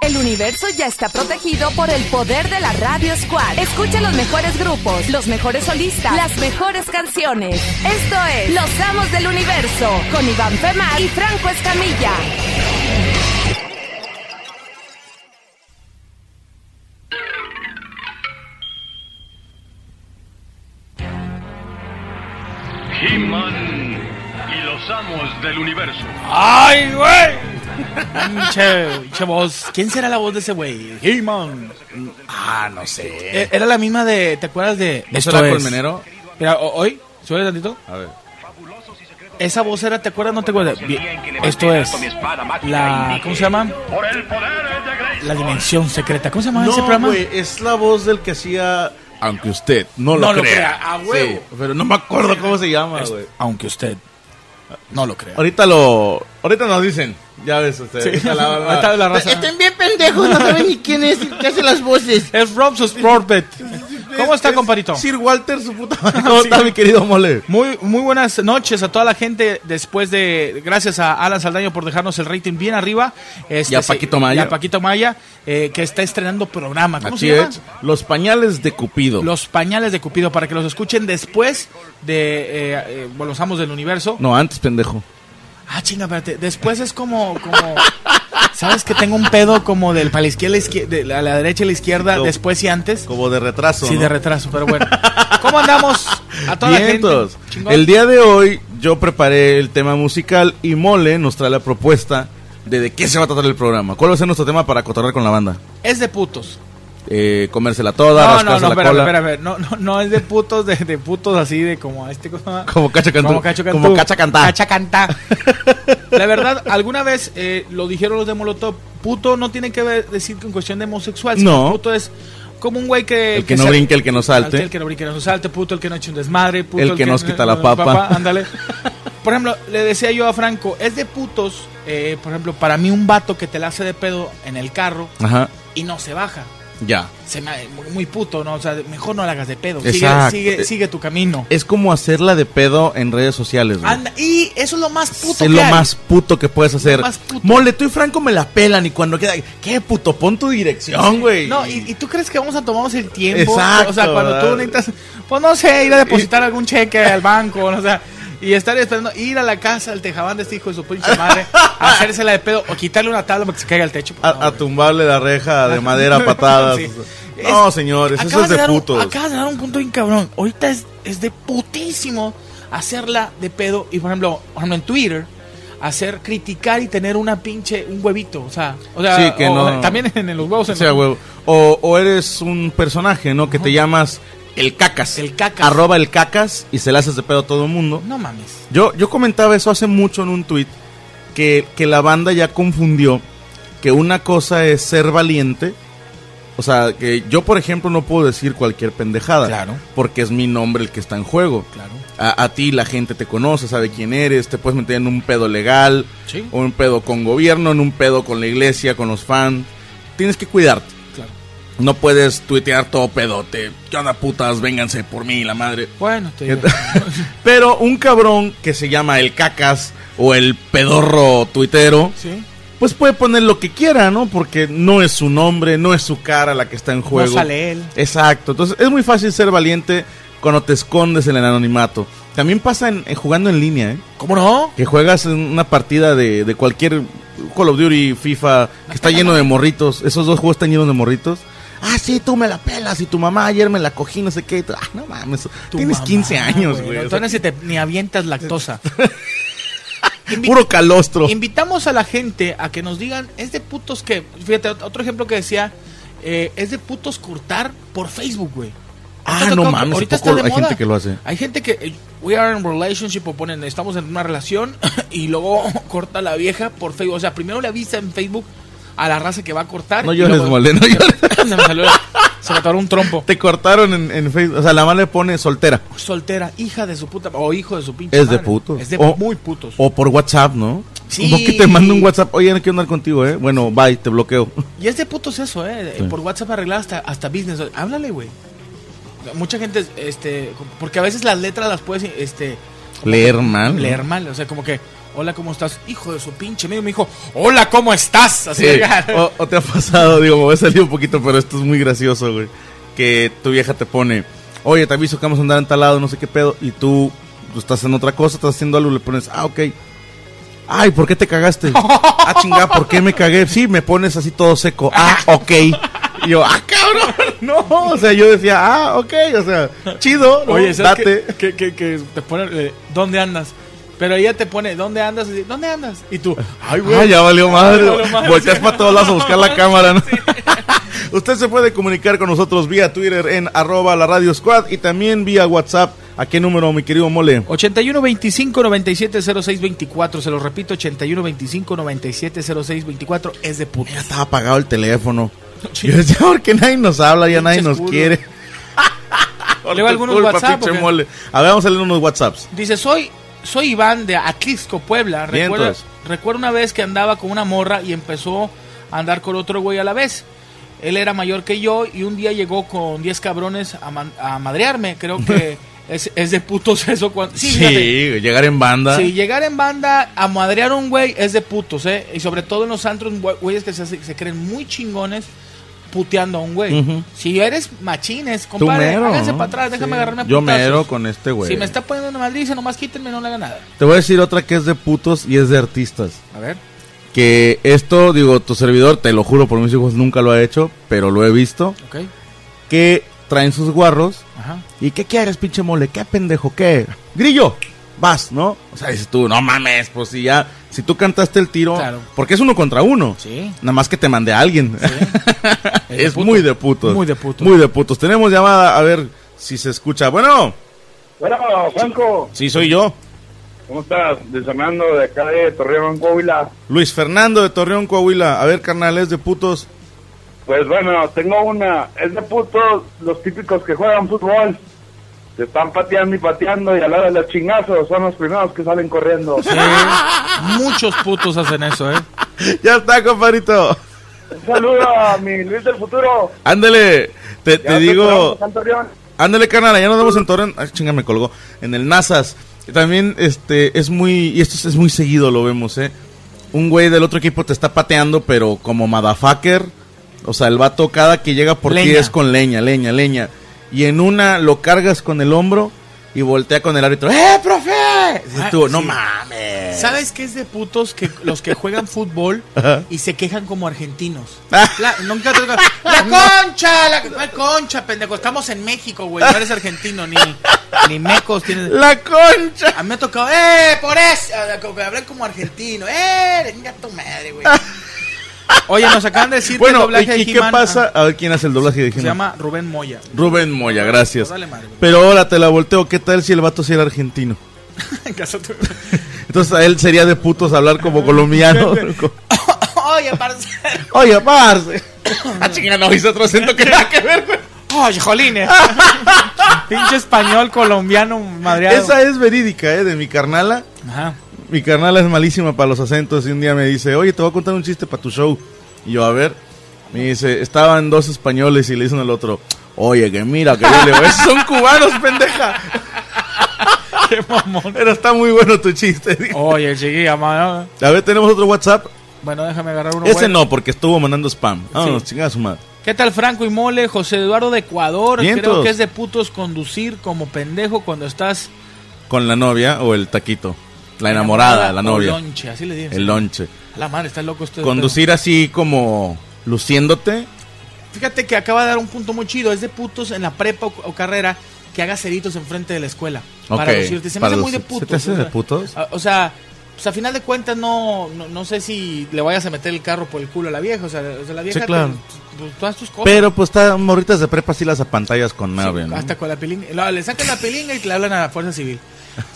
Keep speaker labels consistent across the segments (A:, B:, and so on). A: El universo ya está protegido por el poder de la Radio Squad. Escucha los mejores grupos, los mejores solistas, las mejores canciones. Esto es Los Amos del Universo con Iván Femar y Franco Escamilla.
B: He-Man y los amos del universo.
C: ¡Ay, güey! Pinche, pinche voz. ¿Quién será la voz de ese güey? He-Man.
D: Ah, no sé.
C: Eh, Era la misma de. ¿Te acuerdas de.?
D: ¿Eso
C: Esto
D: era
C: es.
D: Colmenero?
C: Mira, o- hoy, sube tantito.
D: A ver.
C: Esa voz era, ¿te acuerdas? No te acuerdas. Bien, Esto es. La. ¿Cómo se llama?
B: Por el poder de Grayskull.
C: La dimensión secreta. ¿Cómo se llama ese
E: No,
C: programa?
E: güey, es la voz del que hacía.
D: Aunque usted no lo
C: No lo
D: crea.
C: crea, a huevo.
D: Sí, pero no me acuerdo cómo se llama,
C: Es-
D: güey.
C: Ah, aunque usted no lo crea.
D: Ahorita lo. Ahorita nos dicen. Ya ves, ustedes. Ahorita la- la-
C: Ahorita la raza.
E: Están bien pendejos, no saben ni quién es el que hace las voces.
C: Es Rob Sportbet. ¿Cómo está,
D: Es-
C: compadrito?
D: Sir Walter, su puta madre. ¿Cómo está, mi querido mole?
C: Muy, muy buenas noches a toda la gente. Después de. Gracias a Alan Saldaño por dejarnos el rating bien arriba. Este,
D: Y a
C: se-
D: Paquito Maya.
C: y a Paquito Maya, eh, que está estrenando programa. ¿Cómo
D: Así
C: se llama?
D: es. Los pañales de Cupido.
C: Los pañales de Cupido, para que los escuchen después de eh, eh, bueno, Los Amos del Universo.
D: No, antes, pendejo.
C: Ah, chinga, espérate. Después es como. como ¿Sabes que tengo un pedo como del para la izquierda, la izquier- de la- a la derecha y la izquierda,
D: Como-
C: después y antes?
D: Como de retraso.
C: Sí,
D: ¿no?
C: de retraso, pero bueno. ¿Cómo andamos? A toda
D: Vientos.
C: la gente. Chingón.
D: El día de hoy yo preparé el tema musical y Mole nos trae la propuesta de de qué se va a tratar el programa. ¿Cuál va a ser nuestro tema para cotorrear con la banda?
C: Es de putos.
D: Eh, comérsela toda,
C: No, no, no,
D: rascarse la
C: espera,
D: cola.
C: espera, espera. No, no, no es de putos, de, de putos así de como a este cosa.
D: Como Cacha Cantú.
C: Como Cacho Cantú.
D: Como Cacha Cantá.
C: Cacha Cantá. La verdad, alguna vez eh, lo dijeron los de Molotov, puto no tiene que ver- decir con cuestión de homosexual, sino
D: No.
C: puto es como un güey que...
D: El que no
C: se-
D: brinque, el que no salte.
C: El que no brinque, el que no salte, puto, el que no eche un desmadre, puto,
D: El que nos quita la
C: no-
D: papa.
C: Ándale. Por ejemplo, le decía yo a Franco, es de putos, eh, por ejemplo, para mí un vato que te la hace de pedo en el carro
D: Ajá,
C: y no se baja
D: ya.
C: se me, muy puto, ¿no? O sea, mejor no la hagas de pedo. Sigue,
D: Exacto.
C: sigue, sigue tu camino.
D: Es como hacerla de pedo en redes sociales, güey.
C: Anda, y eso es lo más puto
D: es
C: que
D: lo
C: hay.
D: más puto que puedes hacer.
C: más puto.
D: Mole, tú y Franco me la pelan y cuando queda, ¿qué puto? Pon tu dirección, güey.
C: No, y, y tú crees que vamos a tomarnos el tiempo.
D: Exacto,
C: o sea, cuando tú
D: ¿verdad?
C: necesitas, pues no sé, ir a depositar algún cheque al banco, ¿no? o sea, y estar esperando, ir a la casa, al tejabán de este hijo de su pinche madre, hacérsela de pedo o quitarle una tabla para que se caiga al techo. pues,
D: A,
C: no,
D: a
C: güey.
D: tumbarle la reja de madera a patadas.
C: Sí.
D: No,
C: Es-
D: señores, eso
C: Acabas
D: es de
C: dar un-
D: putos.
C: acabas de dar un punto bien cabrón. Ahorita es, es de putísimo hacerla de pedo. Y por ejemplo, por ejemplo, en Twitter, hacer criticar y tener una pinche, un huevito. O sea, o sea,
D: Sí, que
C: o-
D: no-
C: también en, en los huevos. en-
D: O sea, huevo. O, o eres un personaje, ¿no? Que te llamas el cacas.
C: El Cacas.
D: Arroba el cacas y se le haces de pedo a todo el mundo.
C: No mames.
D: Yo, yo comentaba eso hace mucho en un tuit, que, que la banda ya confundió que una cosa es ser valiente. O sea, que yo, por ejemplo, no puedo decir cualquier pendejada.
C: Claro.
D: Porque es mi nombre el que está en juego.
C: Claro.
D: a, a ti la gente te conoce, sabe quién eres, te puedes meter en un pedo legal,
C: Sí.
D: o en un pedo con gobierno, en un pedo con la iglesia, con los fans. Tienes que cuidarte.
C: Claro.
D: No puedes tuitear todo pedote. ¿Qué onda, putas? Vénganse por mí, la madre.
C: Bueno, te digo.
D: Pero un cabrón que se llama el cacas o el pedorro tuitero,
C: Sí.
D: pues puede poner lo que quiera, ¿no? Porque no es su nombre, no es su cara la que está en juego.
C: No sale él.
D: Exacto. Entonces es muy fácil ser valiente cuando te escondes en el anonimato. También pasa en, en jugando en línea, ¿eh?
C: ¿Cómo no?
D: Que juegas en una partida de, de cualquier Call of Duty, FIFA, que está lleno de morritos. Esos dos juegos están llenos de morritos. Ah, sí, tú me la pelas y tu mamá ayer me la cogí, no sé qué. Ah, no mames.
C: Tu
D: Tienes
C: mamá,
D: 15 años, güey.
C: no,
D: o sea,
C: Entonces te- ni avientas lactosa. Invi-
D: puro calostro.
C: Invitamos a la gente a que nos digan, es de putos que, fíjate, ot- otro ejemplo que decía, eh, es de putos cortar por Facebook, güey.
D: Ah,
C: ¿Te ha
D: no
C: tocado?
D: mames,
C: Ahorita
D: ¿a poco
C: está de
D: hay gente
C: moda.
D: que lo hace?
C: Hay gente que, eh, we are in relationship, o ponen, estamos en una relación, y luego corta la vieja por Facebook. O sea, primero le avisa en Facebook a la raza que va a cortar.
D: No
C: y
D: llores,
C: luego-
D: mole, no llores.
C: se me salió, se me atoró un trompo.
D: Te cortaron en, en Facebook. O sea, la mamá le pone soltera.
C: Soltera, hija de su puta, o hijo de su pinche
D: Es de
C: madre.
D: putos.
C: Es de
D: O-
C: muy putos.
D: O por WhatsApp, ¿no?
C: Sí.
D: Como que te manda un WhatsApp. Oye, no quiero andar contigo, ¿eh? Bueno, bye, te bloqueo.
C: Y es de putos eso, ¿eh?
D: Sí.
C: Por WhatsApp arreglar hasta, hasta business. Háblale, güey. Mucha gente, este, porque a veces las letras las puedes, este... como
D: Leer
C: que-
D: mal, ¿no?
C: Leer mal, o sea, como que, hola, ¿cómo estás? Hijo de su pinche medio, me dijo, hola, ¿cómo estás? Así, "Ah,
D: Sí. O, o te ha pasado, digo, me voy a salir un poquito, pero esto es muy gracioso, güey. Que tu vieja te pone, oye, te aviso que vamos a andar en tal lado, no sé qué pedo, y tú, tú estás en otra cosa, estás haciendo algo, le pones, ah, ok. Ay, ¿por qué te cagaste? Ah, chingada, ¿por qué me cagué? Sí, me pones así todo seco. Ah, ok. Y yo, ah, cabrón. No, o sea, yo decía, ah, ok, o sea, chido, ¿no?
C: Oye, ¿sabes
D: date.
C: Que, que, que- que te pone, eh, ¿dónde andas? Pero ella te pone, ¿dónde andas? Así, ¿dónde andas? Y tú, ay, güey.
D: Ah, ya valió madre.
C: Ya valió madre.
D: Volteas para todos lados a buscar la cámara, ¿no? Usted se puede comunicar con nosotros vía Twitter en arroba la radio squad y también vía WhatsApp. ¿A qué número, mi querido mole?
C: 81 25 97 06 24, se lo repito, 81 25 97 06 24 es de puto.
D: Ya estaba apagado el teléfono. Yo decía, porque nadie nos habla, ya nadie nos
C: culo.
D: quiere. Por
C: Luego
D: tu
C: algunos
D: culpa,
C: WhatsApp,
D: pinche
C: ¿o qué?
D: mole. A ver, vamos a leer unos WhatsApps.
C: Dice, soy, soy Iván de Atlisco, Puebla. Recuerda,
D: Vientos.
C: recuerdo una vez que andaba con una morra y empezó a andar con otro güey a la vez. Él era mayor que yo y un día llegó con 10 cabrones a, man- a madrearme. Creo que es, es de putos eso. Cuando... Sí,
D: Sí,
C: fíjate.
D: llegar en banda.
C: Si llegar en banda a madrear a un güey es de putos, ¿eh? Y sobre todo en los antros, güe- güeyes que se, se creen muy chingones puteando a un güey.
D: Ujú.
C: Si eres machines,
D: Tú
C: compadre,
D: mero,
C: háganse
D: ¿no?
C: para atrás, déjame
D: Sí.
C: agarrarme a
D: Yo
C: putazos.
D: mero con este güey.
C: Si me está poniendo una madriza, nomás quítenme, no le haga nada.
D: Te voy a decir otra que es de putos y es de artistas.
C: A ver.
D: Que esto, digo, tu servidor, te lo juro por mis hijos, nunca lo ha hecho, pero lo he visto.
C: Ok.
D: Que traen sus guarros.
C: Ajá.
D: ¿Y qué quieres, pinche mole? ¿Qué pendejo? ¿Qué? ¡Grillo! Vas, ¿no? O sea, dices tú, no mames, pues si ya, si tú cantaste el tiro,
C: Claro.
D: porque es uno contra uno.
C: Sí.
D: Nada más que te mandé a alguien.
C: de
D: es
C: puto.
D: muy de putos.
C: Muy de putos.
D: Muy de putos. Tenemos llamada, a ver si se escucha. Bueno,
F: Bueno, Franco,
D: sí, soy yo.
F: ¿cómo estás? De Fernando, de acá de Torreón, Coahuila.
D: Luis Fernando de Torreón, Coahuila. A ver, carnal, es de putos.
F: Pues bueno, tengo una. Es de putos los típicos que juegan fútbol. Se están pateando y pateando y al lado de los chingazos son los primeros que salen corriendo.
C: Muchos putos hacen eso, ¿eh?
D: ya está, compadrito.
F: Un saludo a mi Luis del futuro.
D: Ándale, te,
F: Ya
D: te digo.
F: San Torreón.
D: Ándale, carnal, ya nos vemos en Torreón. Ah, chinga, me colgó. En el Nazas. También, este, es muy. Y esto es muy seguido, lo vemos, eh. Un güey del otro equipo te está pateando, pero como motherfucker. O sea, el vato cada que llega por ti
C: Leña.
D: es con leña, leña, leña. Y en una lo cargas con el hombro y voltea con el árbitro. ¡Eh, profe! Dices
C: Ah,
D: tú, no
C: sí.
D: mames.
C: ¿Sabes qué es de putos que los que juegan fútbol y se quejan como argentinos?
D: Ah.
C: La, nunca te- ¡La concha, la ¿cuál concha, pendejo. Estamos en México, güey. No eres argentino ni ni mecos tienes.
D: ¡La concha!
C: A mí me ha tocado, eh, por eso, Ah, como que hablan como argentino, eh, venga tu madre, güey. Oye, nos acaban de decir que el
D: Bueno,
C: doblaje
D: ¿y,
C: de
D: y qué
C: He-Man,
D: pasa?
C: ah,
D: A ver quién hace el doblaje de
C: se
D: He-Man.
C: llama Rubén Moya.
D: Rubén Moya, gracias.
C: Dale, madre.
D: Pero ahora te la volteo, ¿qué tal si el vato sí era argentino?
C: En caso tú-
D: Entonces a él sería de putos hablar como colombiano.
C: Oye, parce.
D: Oye, parce. ah, chinga, no hizo otro acento que nada que ver, güey.
C: Oye, jolines. Pinche español colombiano madreado.
D: Esa es verídica, ¿eh? De mi carnala.
C: Ajá.
D: Mi carnala es malísima para los acentos y un día me dice, oye, te voy a contar un chiste para tu show. Y yo, a ver, me dice, estaban dos españoles y le dicen al otro, oye, que mira, que yo le digo, "Esos son cubanos, pendeja.
C: Qué mamón.
D: Pero está muy bueno tu chiste. dije.
C: Oye, chiquilla, mano.
D: A ver, tenemos otro WhatsApp.
C: Bueno, déjame agarrar uno.
D: Ese
C: bueno.
D: no, porque estuvo mandando spam. Vámonos, chingada su madre.
C: ¿Qué tal Franco y Mole? José Eduardo de Ecuador. Creo
D: Vientos.
C: que es de putos conducir como pendejo cuando estás
D: Con la novia o el taquito. La enamorada, la
C: o
D: novia.
C: lonche, así le dicen.
D: El lonche.
C: A la madre, está loco este usted.
D: Conducir así como luciéndote.
C: Fíjate que acaba de dar un punto muy chido. Es de putos en la prepa o, o carrera que haga ceritos enfrente de la escuela. Para
D: Ok,
C: lucirte. Se me
D: para
C: hace muy de
D: lucir- ¿se
C: putos.
D: te hace
C: o sea,
D: de putos?
C: a- O sea, pues a final de cuentas no, no, no sé si le vayas a meter el carro por el culo a la vieja. O sea, o sea, la vieja...
D: claro.
C: te- pues, todas tus cosas.
D: Pero pues está morritas de prepa así las apantallas con novia, ¿no?
C: Hasta con la pilinga. No, le sacan la pilinga y le hablan a la Fuerza Civil.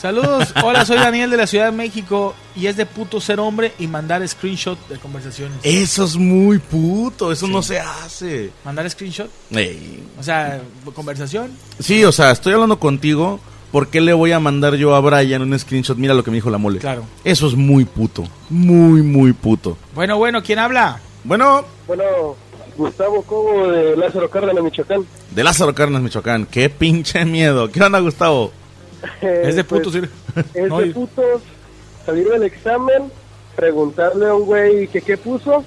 C: Saludos, hola, soy Daniel de la Ciudad de México y es de puto ser hombre y mandar screenshot de conversaciones.
D: Eso es muy puto, eso no se hace.
C: ¿Mandar screenshot?
D: Ey.
C: O sea, conversación.
D: Sí, o sea, estoy hablando contigo. ¿Por qué le voy a mandar yo a Brian un screenshot? Mira lo que me dijo la mole.
C: Claro.
D: Eso es muy puto. Muy, muy puto.
C: Bueno, bueno, ¿quién habla?
D: Bueno,
F: Bueno, Gustavo Cobo de Lázaro Cárdenas, Michoacán.
D: de Lázaro Carnes, Michoacán. Qué pinche miedo. ¿Qué onda, Gustavo?
C: es de puto
F: putos
C: ser.
F: Eh, pues, Es
C: No,
F: de
C: y-
F: putos salir del examen, preguntarle a un güey que qué puso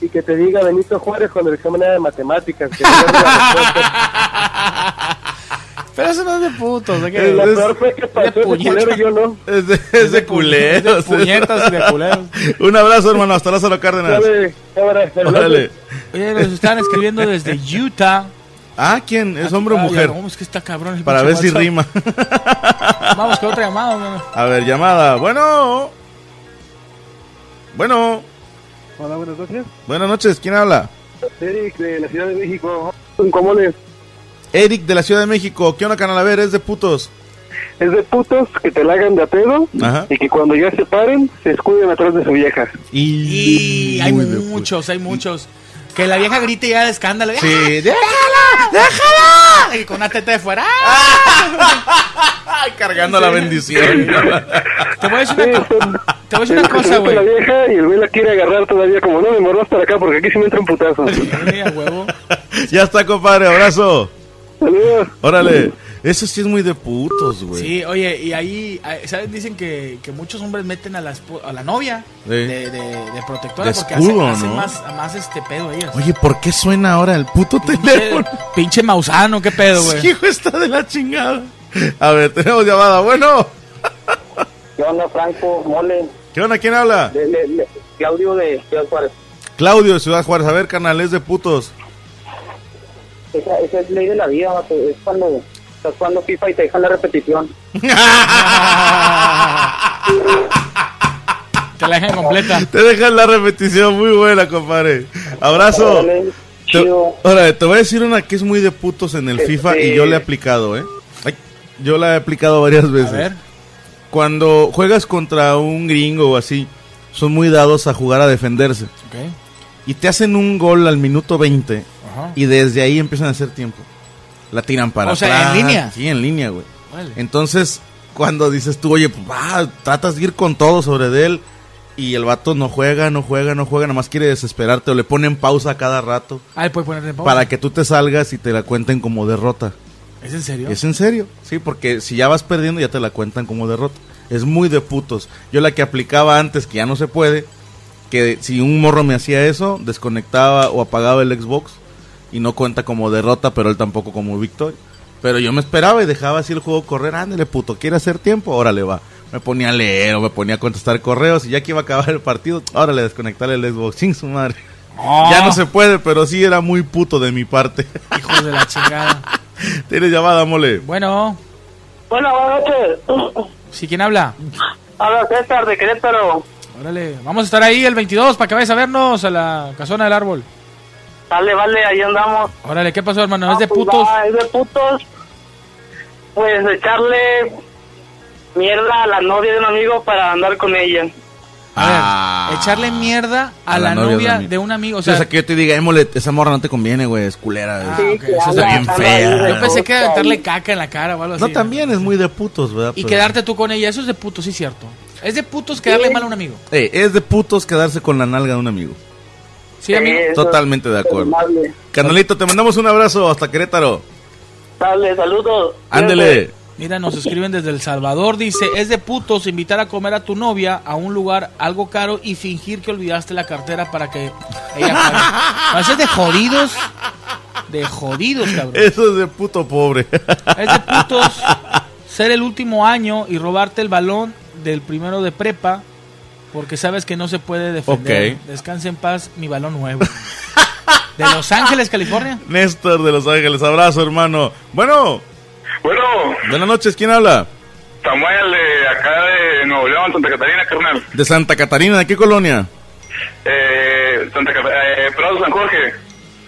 F: y que te diga Benito Juárez cuando el examen era de matemáticas. Que digas la respuesta.
C: Pero eso no es de puto. O sea, que-
F: lo
D: Es-
F: peor fue que pasó ese
C: puñeta.
F: culero y yo no.
D: Es de, es de
C: pu-
D: culeros.
C: es de puñetas y de culeros.
D: un abrazo, hermano. Hasta Lázaro Cárdenas.
F: Sabe, cámara, saludos.
D: Ah. Órale.
C: Oye, nos están escribiendo desde Utah.
D: Ah, ¿quién? ¿Es hombre o
C: Ay,
D: mujer?
C: Vamos, que está cabrón. el
D: Para
C: pinche
D: ver si
C: WhatsApp.
D: rima.
C: Vamos con otra llamada. mano.
D: A ver, llamada. Bueno. Bueno.
F: Hola, buenas noches.
D: Buenas noches. ¿Quién habla?
F: Eric de la Ciudad de México. ¿Cómo les?
D: Eric de la Ciudad de México. ¿Qué onda, canal? A ver, es de putos.
F: Es de putos que te la hagan de a pedo
D: Ajá.
F: y que cuando ya se paren, se escuden atrás de su vieja.
D: Y,
C: Y hay
D: Uy, de
C: muchos, hay muchos. Que la vieja grite y haga de escándalo.
D: puto. Sí, de-
C: ¡Ah! Y con una teta de fuera. ¡Ah!
D: Ay, cargando la bendición.
C: Te voy a decir una, co- te voy a decir una cosa,
F: este la
C: güey.
F: vieja y el güey la quiere agarrar todavía como no me morras para acá porque aquí sí me entra un putazo.
C: Sí, a huevo.
D: ya está, compadre. Abrazo.
F: Saludos.
D: Órale. Eso sí es muy de putos, güey.
C: Sí, oye, y ahí, ahí, ¿sabes? Dicen que, que muchos hombres meten a la, espo- a la novia
D: Sí.
C: de, de, de protectora
D: De
C: porque
D: escudo,
C: hacen, hacen
D: ¿no?
C: más, más este pedo ellas.
D: Oye, ¿por qué suena ahora el puto
C: pinche,
D: teléfono?
C: pinche mausano, qué pedo, güey.
D: Sí, hijo, está de la chingada. A ver, tenemos llamada. Bueno.
F: ¿Qué onda, Franco? Mole,
D: ¿Qué onda? ¿Quién habla?
F: de, de- de- Claudio de Ciudad Juárez.
D: Claudio de Ciudad Juárez. A ver, canal, es de putos.
F: Esa, esa es ley de la vida, vato. es cuando estás jugando FIFA y te dejan la repetición.
C: Te la dejan completa.
D: Te dejan la repetición muy buena, compadre. Abrazo.
F: Órale,
D: Te-
F: chido.
D: Órale, te voy a decir una que es muy de putos en el FIFA y yo
F: Este.
D: le he aplicado, ¿eh? Ay, yo la he aplicado varias
C: A
D: veces.
C: ver.
D: Cuando juegas contra un gringo o así, son muy dados a jugar a defenderse.
C: Ok.
D: Y te hacen un gol al minuto 20
C: Ajá.
D: y desde ahí empiezan a hacer tiempo. La tiran para
C: O sea, ¿en
D: atrás.
C: línea?
D: Sí, en línea, güey.
C: Órale.
D: Entonces, cuando dices tú, oye, pues, va, tratas de ir con todo sobre de él y el vato no juega, no juega, no juega, nada más quiere desesperarte o le ponen pausa cada rato
C: Ah, le puedes ponerle pausa.
D: para que tú te salgas y te la cuenten como derrota.
C: ¿Es en serio?
D: Es en serio, sí, porque si ya vas perdiendo ya te la cuentan como derrota. Es muy de putos. Yo la que aplicaba antes, que ya no se puede, que si un morro me hacía eso, desconectaba o apagaba el Xbox y no cuenta como derrota, pero él tampoco como victoria. Pero yo me esperaba y dejaba así el juego correr. Ándale, puto, ¿quiere hacer tiempo? Órale, va. Me ponía a leer o me ponía a contestar correos y ya que iba a acabar el partido, órale, desconectar el Xbox. Ching su madre.
C: Ah.
D: Ya no se puede, pero sí era muy puto de mi parte.
C: Hijos de la chingada.
D: Tienes llamada, mole.
C: Bueno,
F: Bueno, buenas noches.
C: ¿sí quién habla?
F: Habla César de Querétaro.
C: Órale, vamos a estar ahí el 22 para que vayas a vernos a la casona del árbol.
F: Dale, vale, ahí andamos.
C: Órale, ¿qué pasó, hermano?
F: Ah,
C: ¿Es de
F: pues
C: putos?
F: va, es de putos. Pues echarle mierda a la novia de un amigo para andar con ella.
C: A
D: Ah.
C: ver, echarle mierda a, la, novia de, un amigo. O sea,
D: que yo te diga, émole, esa morra no te conviene, güey, es culera.
C: Ah,
D: es-
C: ok, eso
D: está
C: está
D: bien fea.
C: yo pensé que era aventarle caca en la cara o algo así.
D: No, también es muy de putos, ¿verdad?
C: Y
D: Pero-
C: quedarte tú con ella, eso es de putos, sí, cierto. Es de putos quedarle mal a un amigo.
D: Eh, es de putos quedarse con la nalga de un amigo.
C: Sí, amigo.
F: Eso
D: Totalmente de
F: es
D: acuerdo.
F: perdonable.
D: Canalito, te mandamos un abrazo hasta Querétaro.
F: Dale, saludos.
D: Ándele.
C: Mira, nos escriben desde El Salvador. Dice: Es de putos invitar a comer a tu novia a un lugar algo caro y fingir que olvidaste la cartera para que ella pague. No, eso es de jodidos. De jodidos, cabrón.
D: Eso es de puto pobre.
C: Es de putos ser el último año y robarte el balón del primero de prepa porque sabes que no se puede defender.
D: Ok.
C: Descansa en paz, mi balón nuevo. De Los Ángeles, California.
D: Néstor de Los Ángeles, abrazo, hermano. Bueno,
F: Bueno,
D: buenas noches, ¿quién habla?
F: Samuel de acá de Nuevo León, Santa Catarina, carnal.
D: De Santa Catarina, ¿de qué colonia?
F: Eh, Santa Catarina, eh, Prado San Jorge.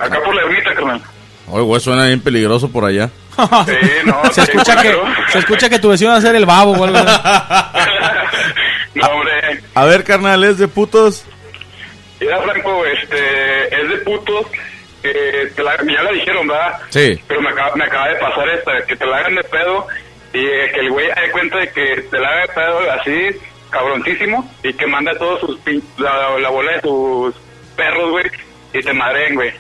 F: Acá por la ermita, carnal.
D: Oye, güey, suena bien peligroso por allá.
F: Sí, no,
C: Se
F: sí,
C: escucha que,
F: claro.
C: se escucha que tu vecino va a ser el babo o algo así.
F: no, hombre.
D: A ver, carnal, es de putos.
F: Mira, Franco, este, es de putos. eh, te la- ya la dijeron, ¿verdad?
D: Sí.
F: Pero me acaba, me acaba de pasar esta, que te la hagan de pedo y eh, que el güey dé cuenta de que te la haga de pedo así, cabroncísimo, y que manda a todos sus pin- la, la bola de sus perros, güey, y te madreen, güey.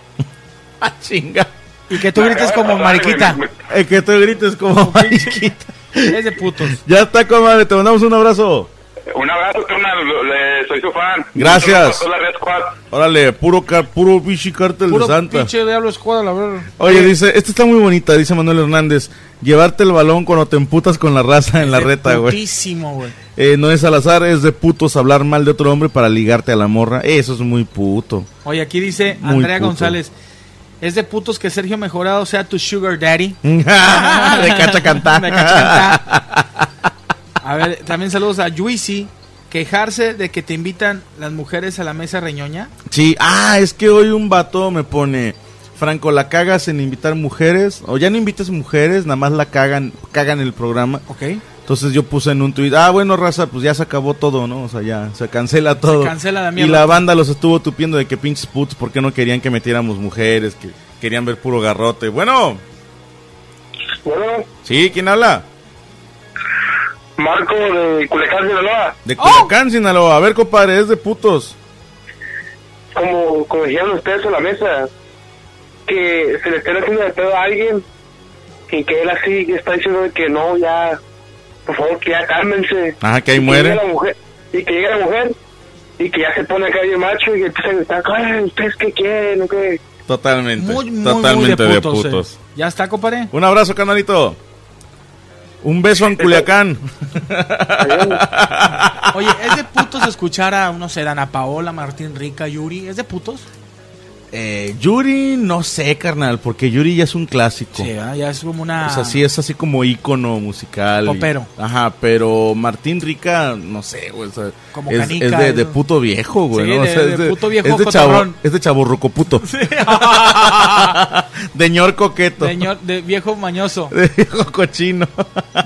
D: Ah, chinga.
C: Y que tú
F: Me
C: grites
F: acaba de
C: como
F: pasar, güey,
C: mariquita.
F: me-
D: Es
F: me-
D: Eh, que tú grites como mariquita.
C: Es de putos.
D: Ya está, comadre, te mandamos un abrazo.
F: Un abrazo, carnal, lo- le- soy su fan.
D: Gracias.
F: Un saludo a toda la Red Squad.
D: Órale, puro, car- puro bichi cártel
C: Puro
D: de Santa.
C: pinche diablo escuadra, la verdad.
D: Oye, dice, esta está muy bonita, dice Manuel Hernández. Llevarte el balón cuando te emputas con la raza en la
C: De
D: reta, güey.
C: putísimo, güey.
D: Eh, no es al azar, es de putos hablar mal de otro hombre para ligarte a la morra. Eso es muy puto.
C: Oye, aquí dice
D: Muy
C: Andrea
D: puto.
C: González. Es de putos que Sergio Mejorado sea tu sugar daddy.
D: de cacha cantar.
C: Me cacha cantar. A ver, también saludos a Juicy. Quejarse de que te invitan las mujeres a la mesa reñoña.
D: Sí, ah, es que hoy un vato me pone, Franco, la cagas en invitar mujeres, o ya no invites mujeres, nada más la cagan, cagan el programa.
C: Ok.
D: Entonces yo puse en un tuit, ah, bueno, raza, pues ya se acabó todo, ¿no? O sea, ya se cancela todo.
C: cancela la
D: y
C: mierda.
D: la banda los estuvo tupiendo de que pinches putos, ¿por qué no querían que metiéramos mujeres? Que querían ver puro garrote. Bueno,
F: Bueno,
D: sí, ¿quién habla?
F: Marco de Culecán, Sinaloa.
D: De
C: ¡Oh!
D: Culiacán, Sinaloa. A ver, compadre, es de putos.
F: como, como dijeron ustedes en la mesa, que se le estén haciendo de pedo a alguien y que él así está diciendo de que no, ya, por favor, que ya cálmense.
D: Ajá, Ah, que ahí
F: Y
D: muere.
F: llegue la mujer- y que llega la mujer y que ya se pone acá bien macho y empieza a gritar, "Ay, ¿ustedes qué quieren o qué?
D: Totalmente.
C: Muy, muy, muy
D: totalmente
C: de putos.
D: De putos.
C: eh. Ya está, compadre.
D: Un abrazo, canalito. Un beso en Culiacán.
C: Oye, ¿es de putos escuchar a, no sé, Dana Paola, Martín Rica, Yuri? ¿Es de putos?
D: Eh, Yuri, no sé, carnal, porque Yuri ya es un clásico.
C: Sí, ¿verdad? ya es como una...
D: O sea, sí es así como ícono musical. y-
C: Ah. Popero.
D: ajá, pero Martín Rica, no sé, güey. o sea,
C: Como
D: es,
C: canica,
D: es de, de
C: eso.
D: puto viejo, güey.
C: Sí,
D: ¿no? O
C: de-
D: sea,
C: de
D: es
C: puto viejo
D: es de chavo,
C: cotorrón.
D: es de chavo ruco puto. de ñor coqueto.
C: Señor, de viejo mañoso.
D: De viejo cochino.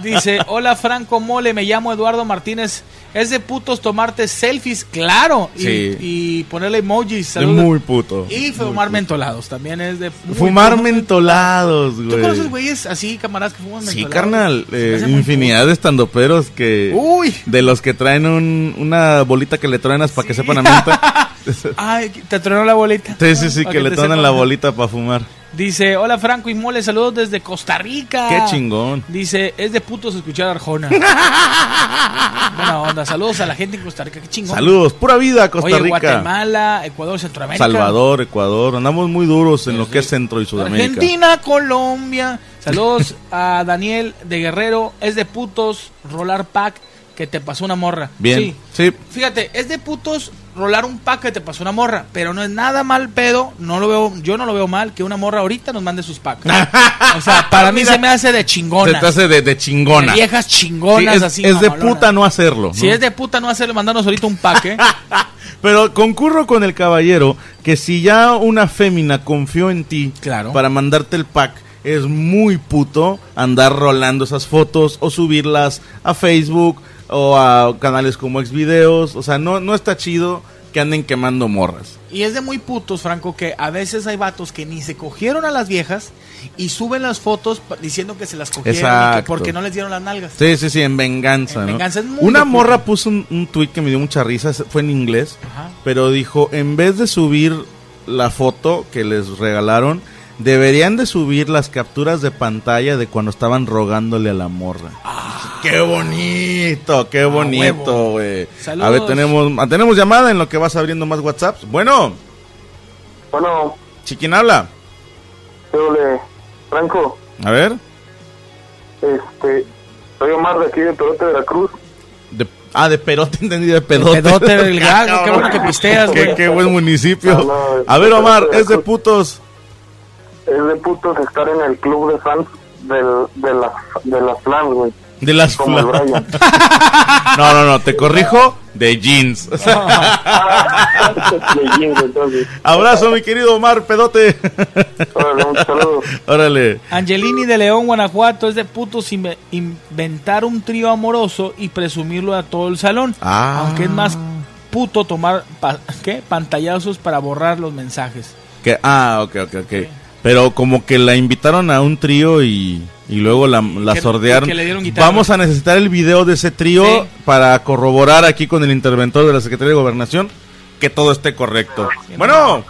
C: Dice, hola Franco Mole, me llamo Eduardo Martínez. ¿Es de putos tomarte selfies? Claro. Y,
D: Sí.
C: y ponerle emojis.
D: Es
C: saludos.
D: muy puto.
C: Y fumar mentolados también es de... muy
D: Fumar
C: puto.
D: mentolados, güey.
C: ¿Tú conoces güeyes así, camaradas que fuman
D: Sí,
C: mentolados?
D: carnal,
C: Se me
D: eh,
C: hace muy
D: infinidad de estandoperos que...
C: Uy.
D: De los que traen un- una bolita que le truenas para que sepan a menta.
C: cool. Ay, te tronó la bolita.
D: Sí, sí, sí,
C: Para
D: que le
C: te
D: truenan
C: sepan.
D: la bolita para fumar.
C: Dice, hola Franco y Mole, saludos desde Costa Rica.
D: Qué chingón.
C: Dice, es de putos escuchar a Arjona. Buena onda, saludos a la gente en Costa Rica, qué chingón.
D: Saludos, pura vida, Costa
C: Oye,
D: Rica.
C: Guatemala, Ecuador, Centroamérica.
D: Salvador, Ecuador, andamos muy duros en lo
C: Sí.
D: que es Centro y Sudamérica.
C: Argentina, Colombia. Saludos a Daniel de Guerrero. Es de putos rolar pack que te pasó una morra.
D: Bien,
C: Sí.
D: sí.
C: Fíjate, es de putos rolar un pack que te pasó una morra, pero no es nada mal pedo, no lo veo, yo no lo veo mal que una morra ahorita nos mande sus packs. o sea, para mí
D: Mira.
C: se me hace de
D: Se
C: chingona.
D: te hace de, de chingona.
C: Viejas
D: Sí,
C: chingonas
D: es
C: así.
D: es de
C: mamalonas.
D: puta no hacerlo.
C: Si
D: ¿no?
C: es de puta no hacerle mandarnos ahorita un pack, ¿eh?
D: Pero concurro con el caballero que si ya una fémina confió en ti
C: Claro.
D: para mandarte el pack, es muy puto andar rolando esas fotos o subirlas a Facebook o a canales como Xvideos. O sea, no, no está chido que anden quemando morras.
C: Y es de muy putos, Franco, que a veces hay vatos que ni se cogieron a las viejas y suben las fotos pa- diciendo que se las cogieron y que
D: Exacto.
C: porque no les dieron las nalgas.
D: Sí, sí, sí, en venganza.
C: En
D: ¿no?
C: venganza es muy
D: Una
C: de puto.
D: morra puso un, un tweet que me dio mucha risa, se- fue en inglés,
C: Ajá.
D: pero dijo, en vez de subir la foto que les regalaron, deberían de subir las capturas de pantalla de cuando estaban rogándole a la morra. ¡Qué bonito! ¡Qué bonito,
C: Ah. huevo.
D: güey! A
C: Saludos.
D: ver, tenemos, ah, tenemos llamada en lo que vas abriendo más WhatsApps. Bueno,
F: Bueno,
D: Chiquín habla.
F: ¿qué ole? Franco,
D: A ver.
F: este, soy Omar de aquí de Perote, Veracruz.
D: De- ah, de perote, entendí, de pedote. Ah,
C: pedote, del galgo, qué bueno que pisteas,
D: qué,
C: güey.
D: qué buen municipio.
F: No, no,
D: a ver, Omar,
F: es-
D: es de putos.
F: Es de putos estar en el club de fans del, de, las de las flans, güey.
D: De las
F: Como el
D: fla-
F: Brian.
D: No, no, no, te corrijo, de jeans.
F: De jeans, entonces.
D: Abrazo, mi querido Omar Pedote.
F: Órale, un saludo.
D: Órale.
C: Angelini de León, Guanajuato, es de putos inve- inventar un trío amoroso y presumirlo a todo el salón.
D: Ah.
C: Aunque es más puto tomar pa- ¿qué? pantallazos para borrar los mensajes.
D: Que, ah, ok, ok, ok. Pero como que la invitaron a un trío y, y luego la, la
C: Que-
D: sordearon.
C: que le dieron guitarra.
D: Vamos a necesitar el video de ese trío
C: Sí.
D: para corroborar aquí con el interventor de la Secretaría de Gobernación que todo esté correcto. Bueno,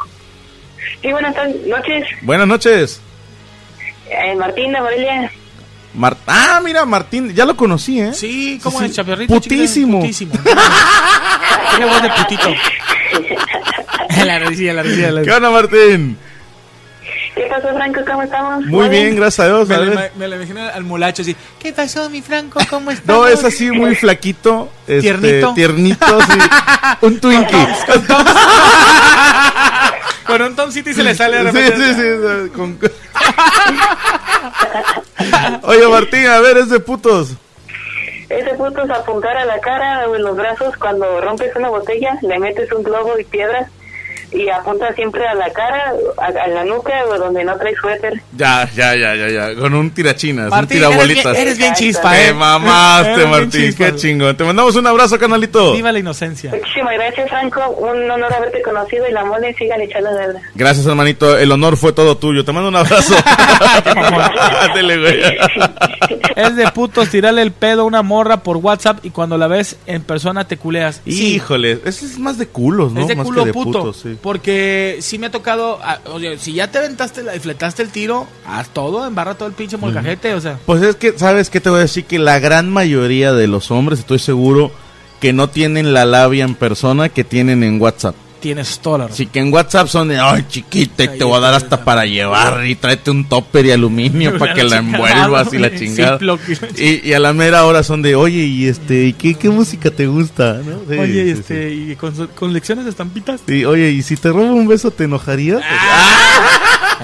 G: Sí, buenas to- noches,
D: buenas noches.
G: eh, Martín de Morelia.
D: Mar- ah, mira, Martín, ya lo conocí, ¿eh?
C: Sí, ¿cómo
D: Sí,
C: es,
D: sí.
C: chaperrito? chiquita?
D: Putísimo.
C: Putísimo. Tiene voz de putito. la risilla, la risilla, la
D: ¿Qué
C: risilla.
D: onda, Martín?
G: ¿Qué pasó, Franco? ¿Cómo estamos?
D: Muy bien, gracias a Dios.
C: Me,
D: a
C: lo
D: ver.
C: ima- me lo imagino al mulacho así. ¿Qué pasó, mi Franco? ¿Cómo estás?
D: No, es así muy flaquito. este,
C: Tiernito.
D: Tiernito, sí. Un Twinkie.
C: Con un Tom City se le sale de
D: Sí,
C: repente.
D: sí, sí, sí, con- Oye, Martín, a ver, es de putos.
G: Ese puto es apuntar a la cara o en los brazos cuando rompes una botella, le metes un globo y piedras y apunta siempre a la cara, a, a la nuca o donde no traes suéter.
D: Ya, ya, ya, ya, ya. Con un tirachinas,
C: Martín,
D: un
C: eres bien,
D: tirabolitas.
C: eres bien chispa,
D: Te
C: eh. Eres
D: mamaste,
C: bien
D: Martín.
C: chispa.
D: Qué chingón. Te mandamos un abrazo, canalito.
C: Viva la inocencia.
G: Muchísimas gracias, Franco. Un honor haberte conocido y la mole sigan echando de verdad.
D: Gracias, hermanito. El honor fue todo tuyo. Te mando un abrazo. Ándele, güey.
C: Es de putos tirarle el pedo a una morra por WhatsApp y cuando la ves en persona te culeas. Sí,
D: Híjole, ese es más de culos, ¿no?
C: es de
D: más
C: culo
D: que de
C: puto.
D: putos, sí.
C: Porque si me ha tocado. ah, oye, si ya te aventaste la- y fletaste el tiro, haz todo, embarra todo el pinche molcajete. O sea,
D: Pues es que, ¿sabes qué te voy a decir? Que la gran mayoría de los hombres, estoy seguro, que no tienen la labia en persona que tienen en WhatsApp.
C: tienes todo la razón.
D: Así que en WhatsApp son de, ay, chiquita, y te voy a dar hasta para llevar, y tráete un topper de aluminio para que la envuelvas y la chingada.
C: Ziploc y la
D: Y, y a la mera hora son de, oye, ¿y este, ¿y qué, qué música te gusta? ¿no? Sí,
C: Oye,
D: sí,
C: este, y con, su- con lecciones de estampitas.
D: sí. Sí, oye, ¿y si te robo un beso te enojarías?
C: Ah,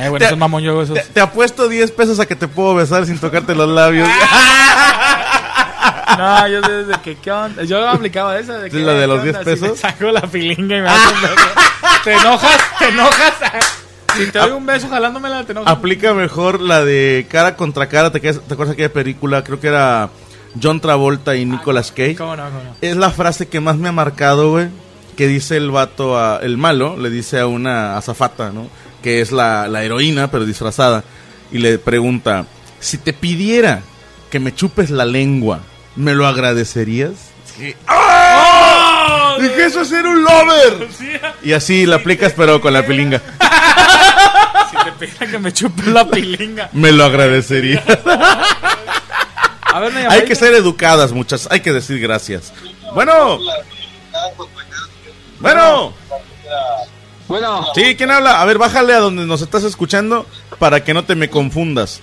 C: Eh, bueno, esos mamón yo esos.
D: Te, te apuesto 10 pesos a que te puedo besar sin tocarte los labios.
C: No, yo sé desde que, ¿qué onda? Yo aplicaba esa. De que,
D: ¿La de
C: ¿qué
D: los
C: onda?
D: 10
C: Si
D: pesos?
C: me saco la filinga y me hace un beso. ¿Te enojas? ¿Te enojas? Si te doy un beso jalándomela, te enojas.
D: Aplica mejor la de cara contra cara. ¿Te, acuerdas- te acuerdas de aquella película? Creo que era John Travolta y Nicolas Cage.
C: ¿Cómo no, cómo no?
D: Es la frase que más me ha marcado, güey. Que dice el vato, a, el malo, le dice a una azafata, ¿no? Que es la, la heroína, pero disfrazada. Y le pregunta, si te pidiera que me chupes la lengua, ¿me lo agradecerías? Dije, ¡Ah! Dije, eso es ser un lover. Y así la aplicas, pero con la pilinga.
C: Si te pega que me chupe la pilinga.
D: Me lo agradecería.
C: A ver, me
D: Hay que ser educadas, muchas. Hay que decir gracias. Bueno. Bueno.
E: Bueno,
D: Sí, ¿quién habla? A ver, bájale a donde nos estás escuchando para que no te me confundas.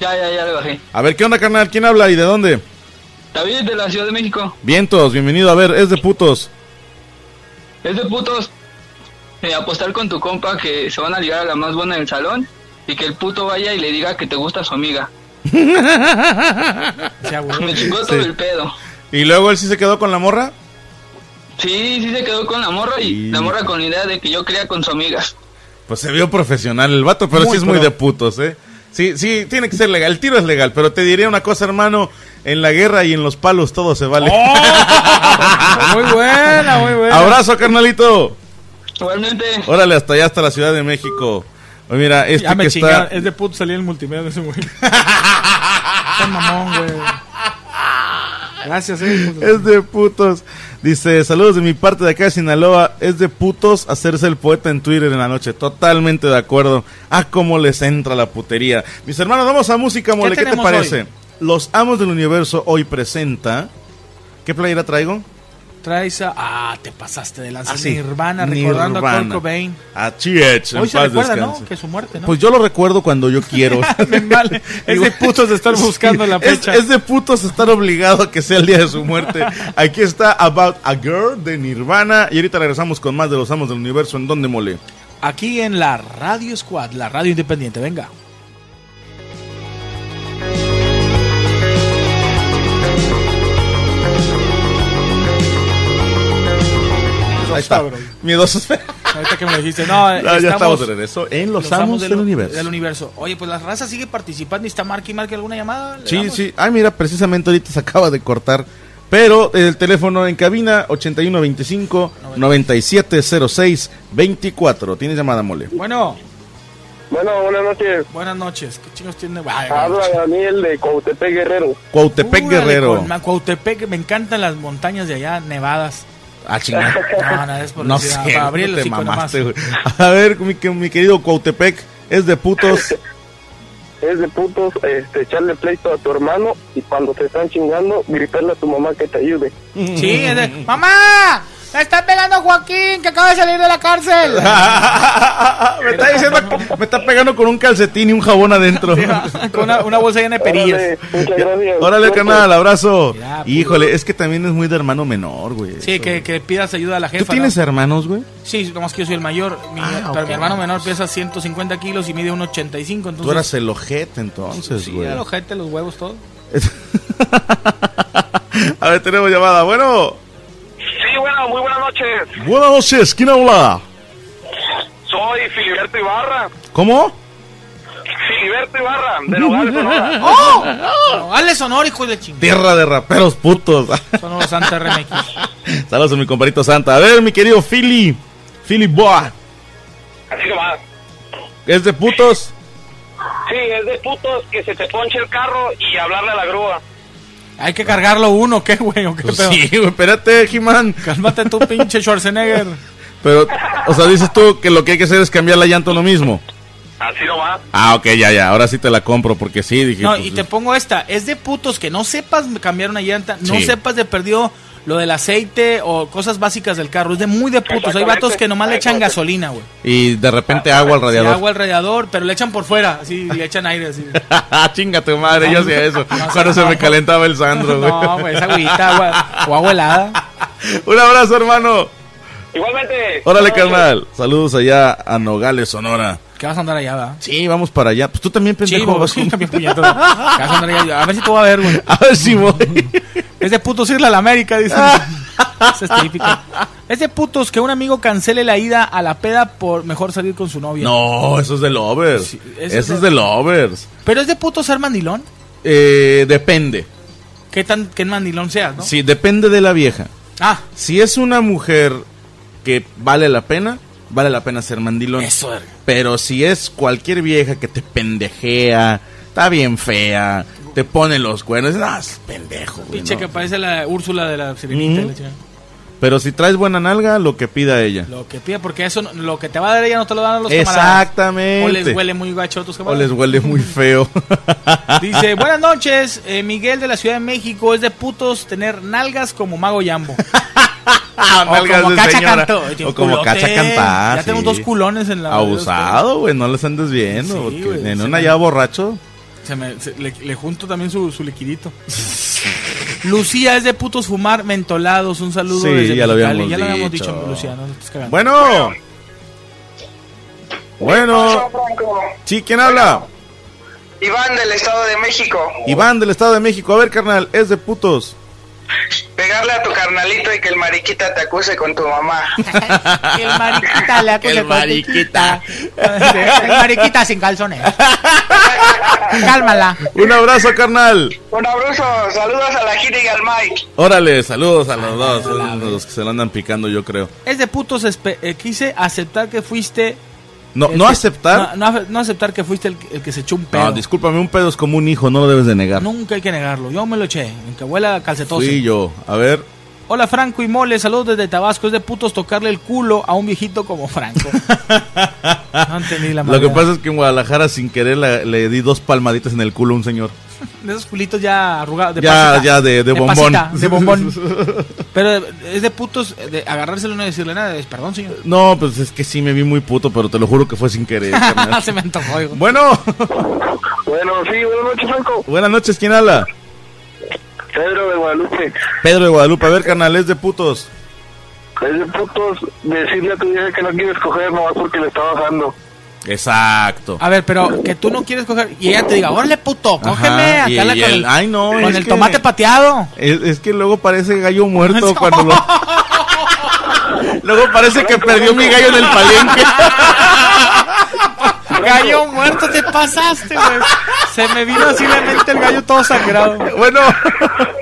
E: ya, ya, ya le bajé.
D: A ver, ¿qué onda, carnal? ¿Quién habla y de dónde?
E: David de la Ciudad de México.
D: Vientos, bienvenido. A ver, es de putos.
E: Es de putos eh, apostar con tu compa que se van a ligar a la más buena del salón y que el puto vaya y le diga que te gusta su amiga.
C: Ya, güey.
E: Me chingó todo el pedo.
D: Y luego él sí se quedó con la morra.
E: Sí, sí se quedó con la morra y la morra con la idea de que yo quería con su amiga.
D: Pues se vio profesional el vato, pero
C: Muy
D: sí es muy
C: pro.
D: de putos, ¿eh? Sí, sí, tiene que ser legal. El tiro es legal, pero te diría una cosa, hermano. En la guerra y en los palos todo se vale.
C: Oh, Muy buena, muy buena.
D: Abrazo, carnalito.
E: Igualmente,
D: Órale, hasta allá, hasta la Ciudad de México. Oye, mira, este
C: ya me
D: que
C: chingaron.
D: está...
C: Es de puto salir en multimedia ese güey. Está mamón, güey. Gracias, eh. puto.
D: Es de putos. Dice, saludos de mi parte de acá de Sinaloa. Es de putos hacerse el poeta en Twitter en la noche. Totalmente de acuerdo. Ah, cómo les entra la putería. Mis hermanos, vamos a música, mole. ¿Qué, te
C: tenemos
D: parece?
C: hoy?
D: Los Amos del Universo hoy presenta... ¿Qué playera traigo?
C: Traes a. Ah, te pasaste de lanza.
D: Ah, sí.
C: Nirvana, recordando a Kurt
D: Nirvana.
C: Cobain.
D: A Chiech, en
C: Hoy se
D: paz
C: recuerda, ¿no?
D: descanse.
C: Que su muerte, ¿no?
D: Pues yo lo recuerdo cuando yo quiero.
C: Me vale. Es de putos de estar buscando
D: Sí,
C: la
D: es-
C: fecha.
D: Es, de putos estar obligado a que sea el día de su muerte. Aquí está About a Girl de Nirvana. Y ahorita regresamos con más de los amos del universo. ¿En donde mole?
C: Aquí en la Radio Squad, la radio independiente. Venga.
D: Ahí está.
C: bro.
D: Miedosos.
C: Ahorita que me dijiste, no,
D: ya ya estamos de regreso en los, amos, del, universo.
C: del universo. Oye, pues la raza sigue participando y está marque y marque alguna llamada. ¿Le
D: Sí,
C: damos?
D: sí. Ay, mira, precisamente ahorita se acaba de cortar. Pero el teléfono en cabina 8125-9706-24. Tienes llamada, mole.
C: Bueno,
F: Bueno, buenas noches.
C: buenas noches. ¿Qué chingos tiene? Ay,
F: Habla Daniel de Cautepec Guerrero.
D: Cuautepec
C: Órale,
D: Guerrero.
C: con Ma- Cuautepec, me encantan las montañas de allá, nevadas.
D: Ah, chingada.
C: No, no, es por
D: No sé,
C: decir, para abrir el
D: no te
C: hocico
D: mamaste,
C: nomás.
D: güey. A ver, mi, que- mi querido Cuautepec, es de putos.
F: Es de putos este, echarle pleito a tu hermano y cuando te están chingando, gritarle a tu mamá que te ayude.
C: Sí, es de, ¡Mamá! ¡La está pelando Joaquín, que acaba de salir de la cárcel!
D: me está diciendo, que me está pegando con un calcetín y un jabón adentro.
C: Con una, una bolsa llena de perillas.
F: Órale, muchas gracias.
D: Órale, canal, abrazo.
C: Ya, pues.
D: Híjole, es que también es muy de hermano menor, güey.
C: Sí,
D: eso,
C: que,
D: güey.
C: que pidas ayuda a la jefa.
D: ¿Tú tienes
C: ¿no?
D: hermanos, güey?
C: Sí, nomás que yo soy el mayor. Mi-
D: Ah,
C: Pero
D: ok.
C: mi hermano menor pesa 150 kilos y mide 1,85. Entonces,
D: Tú eras el ojete entonces,
C: Sí,
D: güey.
C: el ojete, los huevos, todo.
D: A ver, tenemos llamada. Bueno,
F: Sí, bueno, muy buenas noches.
D: buenas noches, ¿quién habla?
F: Soy Filiberto Ibarra.
D: ¿Cómo?
F: Filiberto Ibarra, de Nogales, Sonora.
C: ¡Oh! ¡Hazle sonor, hijo de chingada!
D: Tierra de raperos putos.
C: Son los Santa RMX.
D: Saludos a mi compadrito Santa. A ver, mi querido Philly. Philly Boa.
F: Así nomás.
D: ¿Es de putos?
F: Sí, es de putos que se te ponche el carro y hablarle a la grúa.
C: Hay que cargarlo uno, ¿qué, güey? ¿O qué
D: Pues
C: pedo?
D: sí, güey, espérate, He-Man.
C: Cálmate tú, pinche Schwarzenegger.
D: Pero, o sea, dices tú que lo que hay que hacer es cambiar la llanta a lo mismo.
F: Así nomás.
D: Ah, ok, ya, ya. Ahora sí te la compro porque sí, dije.
C: No,
D: pues,
C: y te pongo esta. Es de putos que no sepas cambiar una llanta, no
D: Sí.
C: sepas de perdido lo del aceite o cosas básicas del carro. Es de muy de putos. Hay
F: Exactamente.
C: vatos que nomás le echan
F: Exactamente.
C: gasolina, güey.
D: Y de repente agua al
C: Y
D: radiador.
C: agua al radiador, pero le echan por fuera, así, le echan aire, así.
D: Ah, Chinga tu madre, yo hacía eso.
C: No,
D: Cuando se
C: no.
D: me calentaba el Sandro, güey.
C: No, güey, esa agüita, agua, o agua helada.
D: Un abrazo, hermano.
F: Igualmente.
D: Órale, carnal. Saludos allá a Nogales, Sonora.
C: ¿Qué vas a andar allá, va?
D: Sí, vamos para allá. Pues tú también, pendejo.
C: Chivo,
D: vas
C: sí,
D: con-
C: también puñeto. ¿Qué vas a andar allá? A ver si tú vas a ver, güey.
D: A ver si voy.
C: Es de putos irle a la América, dice. Esa es típica. Es de putos que un amigo cancele la ida a la peda por mejor salir con su novia.
D: No, eso es de lovers.
C: Sí, eso
D: eso
C: es
D: es de lovers.
C: Pero es de putos ser mandilón.
D: Eh, depende.
C: ¿Qué tan qué mandilón seas, no?
D: Sí, depende de la vieja.
C: Ah,
D: Si es una mujer que vale la pena, vale la pena ser mandilón.
C: eso, verga.
D: Pero si es cualquier vieja que te pendejea, está bien fea, te pone los cuernos, ah, es pendejo. güey,
C: Pinche
D: no.
C: que parece la Úrsula de la sirenita.
D: Ujú.
C: la chingada.
D: Pero si traes buena nalga, lo que pida ella.
C: Lo que pide, porque eso, no- lo que te va a dar ella no te lo dan a los camaradas.
D: Exactamente.
C: O les huele muy gacho a tus
D: O
C: camaradas.
D: les huele muy feo.
C: Dice, buenas noches, eh, Miguel de la Ciudad de México, es de putos tener nalgas como Mago Yambo.
D: Ah, nalgas
C: o como
D: de
C: cacha
D: señora.
C: cantó. Oye,
D: O como
C: culote.
D: cacha cantar.
C: Ya tengo
D: sí.
C: dos culones en la
D: Abusado, güey, no les andes viendo.
C: Sí,
D: porque
C: güey,
D: en
C: se
D: una
C: me-
D: ya borracho.
C: Se me- se- le, le junto también su, su liquidito. Lucía es de putos fumar mentolados. Un saludo
D: Sí,
C: desde
D: ya lo
C: Mexicali.
D: habíamos
C: ya lo habíamos
D: dicho.
C: dicho, Lucía. No, te estés cagando.
D: Bueno. Bueno. Sí, ¿quién habla?
F: Iván del Estado de México.
D: Iván del Estado de México. A ver, carnal, es de putos.
F: Pegarle a tu carnalito y que el mariquita te acuse con tu mamá.
H: El mariquita le acuse
D: El
H: con tu-
D: mariquita.
H: El mariquita sin calzones. Cálmala.
D: Un abrazo, carnal.
F: Un abrazo, saludos a la Giri y al Mike.
D: Órale, saludos a
C: Ah,
D: los dos. son los que se lo andan picando, yo creo.
C: Es de putos espe- eh, quise aceptar que fuiste.
D: No,
C: el
D: no
C: que-
D: aceptar.
C: No, no ace- no aceptar que fuiste el, que- el que se echó un
D: No,
C: pedo.
D: discúlpame, un pedo es como un hijo, no lo debes de negar.
C: Nunca hay que negarlo. Yo me lo eché. En que abuela calcetose.
D: Fui yo. A ver.
C: Hola Franco y Mole, saludos desde Tabasco. Es de putos tocarle el culo a un viejito como Franco. no entendí la
D: Lo
C: madre.
D: que pasa es que en Guadalajara, sin querer, la- le di dos palmaditas en el culo a un señor.
C: De esos culitos ya arrugados. De
D: Ya-
C: pasita.
D: ya de- de bombón.
C: pasita, de bombón. Pero es de putos eh, de agarrárselo y no decirle nada. Es, Perdón, señor.
D: No, pues es que sí me vi muy puto, pero te lo juro que fue sin querer. carnal.
C: Ah, Se me antojó. hijo.
D: bueno,
F: Bueno, sí, buenas noches, Franco.
D: buenas noches, ¿quién habla?
F: Pedro de Guadalupe.
D: Pedro de Guadalupe. A ver, carnal, es de putos.
F: Es de putos decirle a tu vieja que no quieres coger nomás porque le está bajando.
D: Exacto.
C: A ver, pero que tú no quieres coger. Y ella te diga, órale puto, cógeme.
D: Ajá,
C: acá
D: y-
C: la-
D: y
C: con
D: el-
C: el,
D: ay, no,
C: con
D: es
C: el
D: que-
C: tomate pateado.
D: Es, es que luego parece gallo muerto cuando lo... Luego parece que perdió mi gallo en el palenque.
C: Gallo muerto, te pasaste, güey. Se me vino así la mente el gallo todo sangrado.
D: Bueno,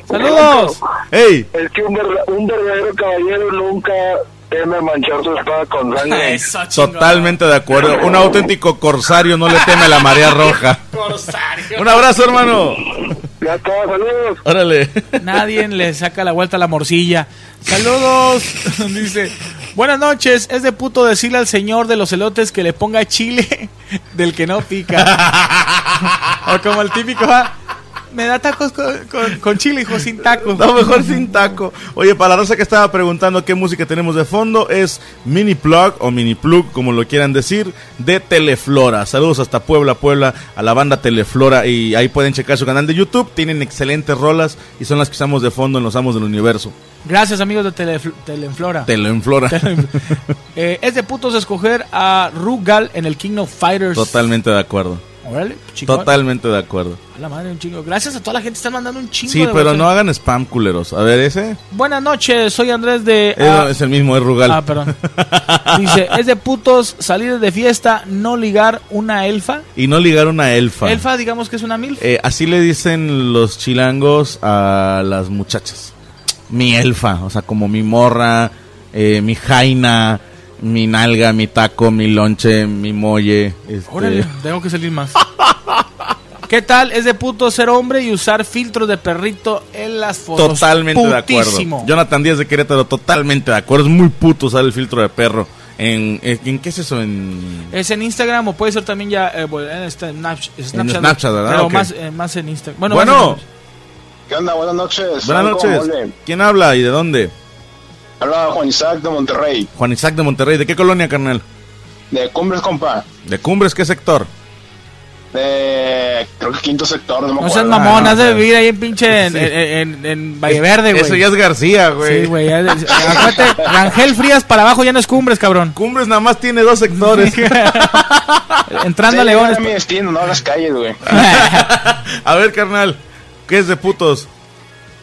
C: ¡Saludos!
D: hey,
F: Es que un, verda- un verdadero caballero nunca teme manchar su espada con sangre.
C: Eso, chingón.
D: totalmente de acuerdo. Un auténtico corsario no le teme a la marea roja. Un abrazo, hermano.
F: Ya está, saludos.
D: Órale.
C: Nadie le saca la vuelta a la morcilla. ¡Saludos! Dice. Buenas noches, es de puto decirle al señor de los elotes que le ponga chile del que no pica. o como el típico, ah, me da tacos con, con- con chile, hijo, sin tacos.
D: No, pues- mejor sin taco. Oye, para la raza que estaba preguntando qué música tenemos de fondo, es Mini Plug o Mini Plug, como lo quieran decir, de Teleflora. Saludos hasta Puebla, Puebla, a la banda Teleflora. Y ahí pueden checar su canal de YouTube. Tienen excelentes rolas y son las que usamos de fondo en Los Amos del Universo.
C: Gracias, amigos de Telefl- Telenflora.
D: Teleflora.
C: Eh, es de putos escoger a Rugal en el King of Fighters.
D: Totalmente de acuerdo.
C: Órale, chingón.
D: Totalmente de acuerdo.
C: A la madre, un chingo. Gracias a toda la gente, están mandando un chingo.
D: Sí,
C: de
D: pero
C: voces.
D: no hagan spam, culeros. A ver, ese
C: Buenas noches, soy Andrés de.
D: Eh, no, es el mismo, es Rugal.
C: Ah, perdón. Dice, es de putos salir de fiesta, no ligar una elfa.
D: Y no ligar una elfa.
C: Elfa, digamos que es una mil.
D: Eh, así le dicen los chilangos a las muchachas. Mi elfa, o sea, como mi morra, eh, mi jaina, mi nalga, mi taco, mi lonche, mi molle. este,
C: Órale, tengo que salir más. ¿Qué tal? Es de puto ser hombre y usar filtros de perrito en las fotos.
D: totalmente
C: pues, Putísimo.
D: de acuerdo. Jonathan Díaz de Querétaro, totalmente de acuerdo. Es muy puto usar el filtro de perro. ¿En, en, en qué es eso? En...
C: Es en Instagram o puede ser también ya eh, bueno, en este Snapch- Snapchat.
D: Snapchat, ¿verdad?
C: Pero
D: Ok.
C: más, eh, más en Instagram. Bueno,
D: Bueno,
C: más en-
F: ¿Qué onda? Buenas noches.
D: buenas noches. ¿Quién habla y de dónde?
F: Habla Juan Isaac de Monterrey,
D: Juan Isaac de Monterrey. ¿De qué colonia, carnal?
F: de Cumbres, compa.
D: ¿De Cumbres qué sector?
F: De, creo que quinto sector, no me
C: no seas
F: acuerdo.
C: mamón,
D: Ah,
C: has de
D: ok.
C: vivir ahí en pinche en,
D: Sí.
C: en- en- en Valle Verde, güey.
D: Eso ya es García, güey.
C: Sí, güey. ya- Acuérdate, Rangel Frías para abajo ya no es cumbres, cabrón.
D: Cumbres nada más tiene dos sectores.
C: Entrando a
F: Ah,
C: pues.
F: Sí,
C: León.
F: era mi destino, no las calles, güey.
D: A ver, carnal, ¿qué es de putos?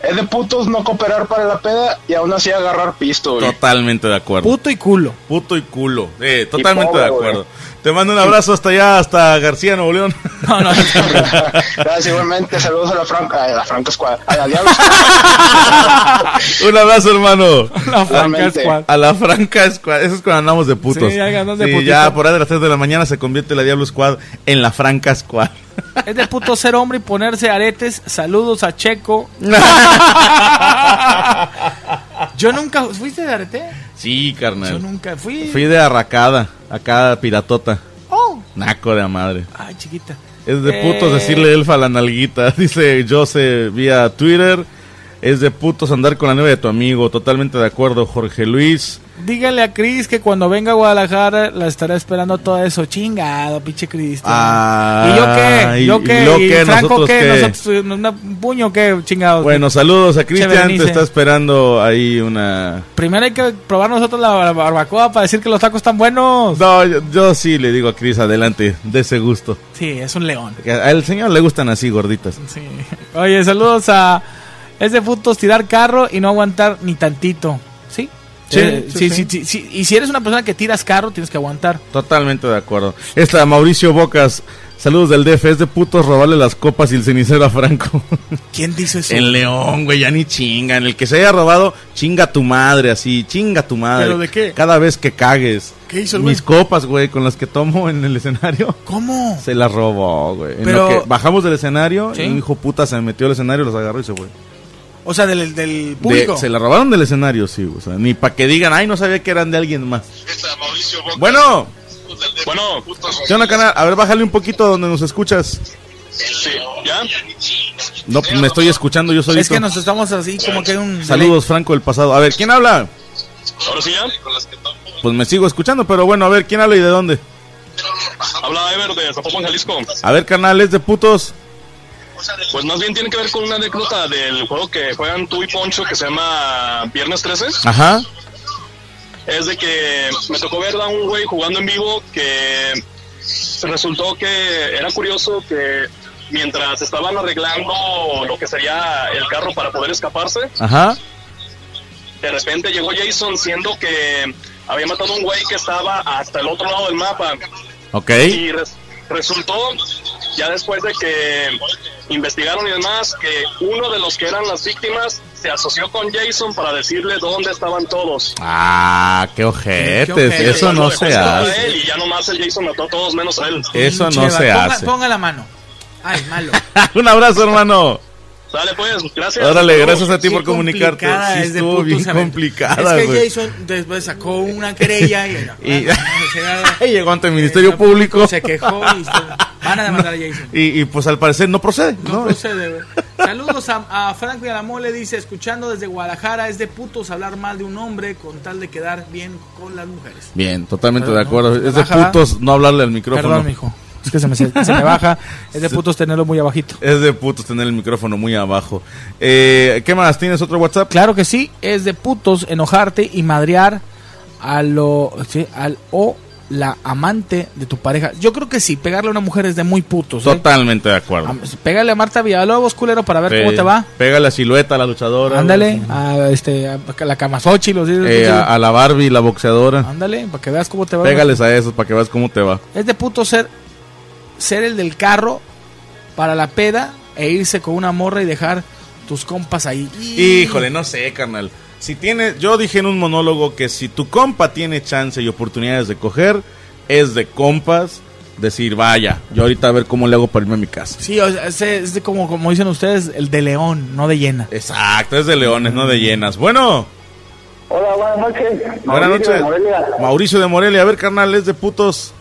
F: Es de putos no cooperar para la peda y aún así agarrar pisto, güey.
D: Totalmente de acuerdo.
C: Puto y culo.
D: Puto y culo. Eh, totalmente
F: pobre,
D: de acuerdo. Te mando un abrazo hasta allá, hasta García, Nuevo León.
C: No, no,
F: Gracias, igualmente. Saludos a la Franca, a la Franca Squad, a la Diablo
D: un abrazo, hermano.
C: la franca
F: Totalmente.
C: squad.
D: A la Franca Squad. Eso es cuando andamos de putos.
C: Sí, ya andamos de
D: Sí,
C: putito.
D: ya por ahí de las 3 de la mañana se convierte la Diablo Squad en la Franca Squad.
C: Es de puto ser hombre y ponerse aretes. Saludos a Checo. Yo nunca. ¿Fuiste de arete?
D: sí,
C: Yo
D: carnal.
C: nunca fui.
D: Fui de arracada, acá piratota.
C: Oh.
D: Naco de la madre.
C: Ay, chiquita.
D: Es de
C: Eh.
D: putos decirle elfa a la nalguita, dice Jose vía Twitter. Es de putos andar con la novia de tu amigo, totalmente de acuerdo, Jorge Luis.
C: Dígale a Cris que cuando venga a Guadalajara la estará esperando todo eso. Chingado, pinche Cris.
D: Ah,
C: ¿Y yo qué?
D: y-
C: ¿Yo
D: y
C: qué?
D: lo
C: ¿Y
D: qué?
C: Franco
D: ¿Nosotros
C: qué?
D: qué?
C: ¿Nosotros eh, una- un puño qué? Chingados.
D: Bueno, saludos a Cristian, te
C: Berenice.
D: está esperando ahí una...
C: Primero hay que probar nosotros la bar- barbacoa para decir que los tacos están buenos.
D: No, yo, yo sí le digo a Cris, adelante, de ese gusto.
C: Sí, es un león.
D: Que Al señor le gustan así gorditas.
C: Sí. Oye, saludos a Es de putos tirar carro y no aguantar ni tantito. ¿Sí?
D: Sí,
C: Eh, sí,
D: sí,
C: sí, sí, sí. Y si eres una persona que tiras carro, tienes que aguantar.
D: Totalmente de acuerdo. Esta, Mauricio Bocas. Saludos del DF. Es de putos robarle las copas y el cenicero a Franco.
C: ¿Quién dice eso?
D: En León, güey, ya ni chingan. El que se haya robado, chinga tu madre, así, chinga tu madre.
C: ¿Pero de qué?
D: Cada vez que cagues.
C: ¿Qué hizo el
D: Mis copas, güey, con las que tomo en el escenario.
C: ¿Cómo?
D: Se las robó, güey. En
C: Pero-
D: lo que bajamos del escenario,
C: ¿Sí?
D: y un hijo puta se metió al escenario, los agarró y se fue.
C: O sea, del, del
D: De-
C: público.
D: se la robaron del escenario, sí, o sea, ni para que digan, ay, no sabía que eran de alguien más. Bueno,
I: Bueno,
D: ¿qué onda, canal? A ver, bájale un poquito donde nos escuchas.
I: sí, ¿ya?
D: No, pues, me estoy escuchando yo solito.
C: es que nos estamos así como que hay un...
D: Saludos, Franco del pasado. A ver, ¿quién habla?
I: Ahora sí, ¿ya?
D: Pues me sigo escuchando, pero bueno, a ver, ¿quién habla y de dónde?
I: Habla Ever de Zapopan, Jalisco.
D: A ver, canal, es de putos.
I: Pues más bien tiene que ver con una anécdota del juego que juegan tú y Poncho que se llama Viernes 13.
D: Ajá.
I: Es de que me tocó ver a un güey jugando en vivo que resultó que era curioso que mientras estaban arreglando lo que sería el carro para poder escaparse,
D: Ajá.
I: De repente llegó Jason siendo que había matado a un güey que estaba hasta el otro lado del mapa.
D: Ok.
I: Y res- resultó, ya después de que investigaron y demás, que uno de los que eran las víctimas se asoció con Jason para decirle dónde estaban todos.
D: Ah, qué ojetes.
I: Qué ojete.
D: Eso
I: Lo
D: no
I: dejó
D: se
I: solo a
D: hace.
I: él y ya nomás el Jason mató a todos menos a él.
D: Eso no
C: Cheva,
D: se
C: ponga-
D: hace.
C: Ponga la mano. Ay, malo.
D: Un abrazo, hermano.
I: Dale pues, gracias.
D: Órale, gracias a ti
C: Qué
D: por comunicarte.
C: complicada
D: Sí,
C: es de
D: estuvo
C: putos
D: bien
C: saber.
D: complicada,
C: Es que
D: güey.
C: Jason después sacó una querella y,
D: Y-
C: se-
D: Y llegó ante el Ministerio Público
C: se quejó y se- van a demandar a Jason.
D: y, y, pues al parecer no procede,
C: No
D: ¿no?
C: procede, güey. Saludos a, a Frank Villamole, dice, escuchando desde Guadalajara, es de putos hablar mal de un hombre con tal de quedar bien con las mujeres.
D: Bien, totalmente
C: Pero
D: de
C: no,
D: acuerdo.
C: se
D: es de
C: baja.
D: putos no hablarle al micrófono.
C: Perdón, mijo. Es que se me, se me baja. Es de putos tenerlo muy abajito.
D: Es de putos tener el micrófono muy abajo. Eh, ¿Qué más? ¿Tienes otro WhatsApp?
C: Claro que sí, es de putos enojarte y madrear a lo, sí, al o la amante de tu pareja. Yo creo que sí, pegarle a una mujer es de muy putos. ¿eh?
D: Totalmente de acuerdo.
C: Am- Pégale a Marta Villalobos, culero, para ver
D: Pe-
C: cómo te va.
D: Pega la silueta a la luchadora.
C: Ándale, a, este, a la Camasochi, los
D: Eh, a, a la Barbie, la boxeadora.
C: Ándale, para que veas cómo te va.
D: Pégales a esos para que veas cómo te va.
C: Es de puto ser, ser el del carro para la peda e irse con una morra y dejar tus compas ahí.
D: Híjole, no sé, carnal. Si tiene, yo dije en un monólogo que si tu compa tiene chance y oportunidades de coger, es de compas decir, vaya, yo ahorita a ver cómo le hago para irme a mi casa.
C: Sí, o sea, es, es de como, como dicen ustedes, el de león, no de llena.
D: Exacto, es de leones, no de llenas. Bueno,
J: Hola, buenas noches.
D: buenas
J: Mauricio de
D: noches.
J: Morelia.
D: Mauricio de Morelia, a ver, carnal, es de putos.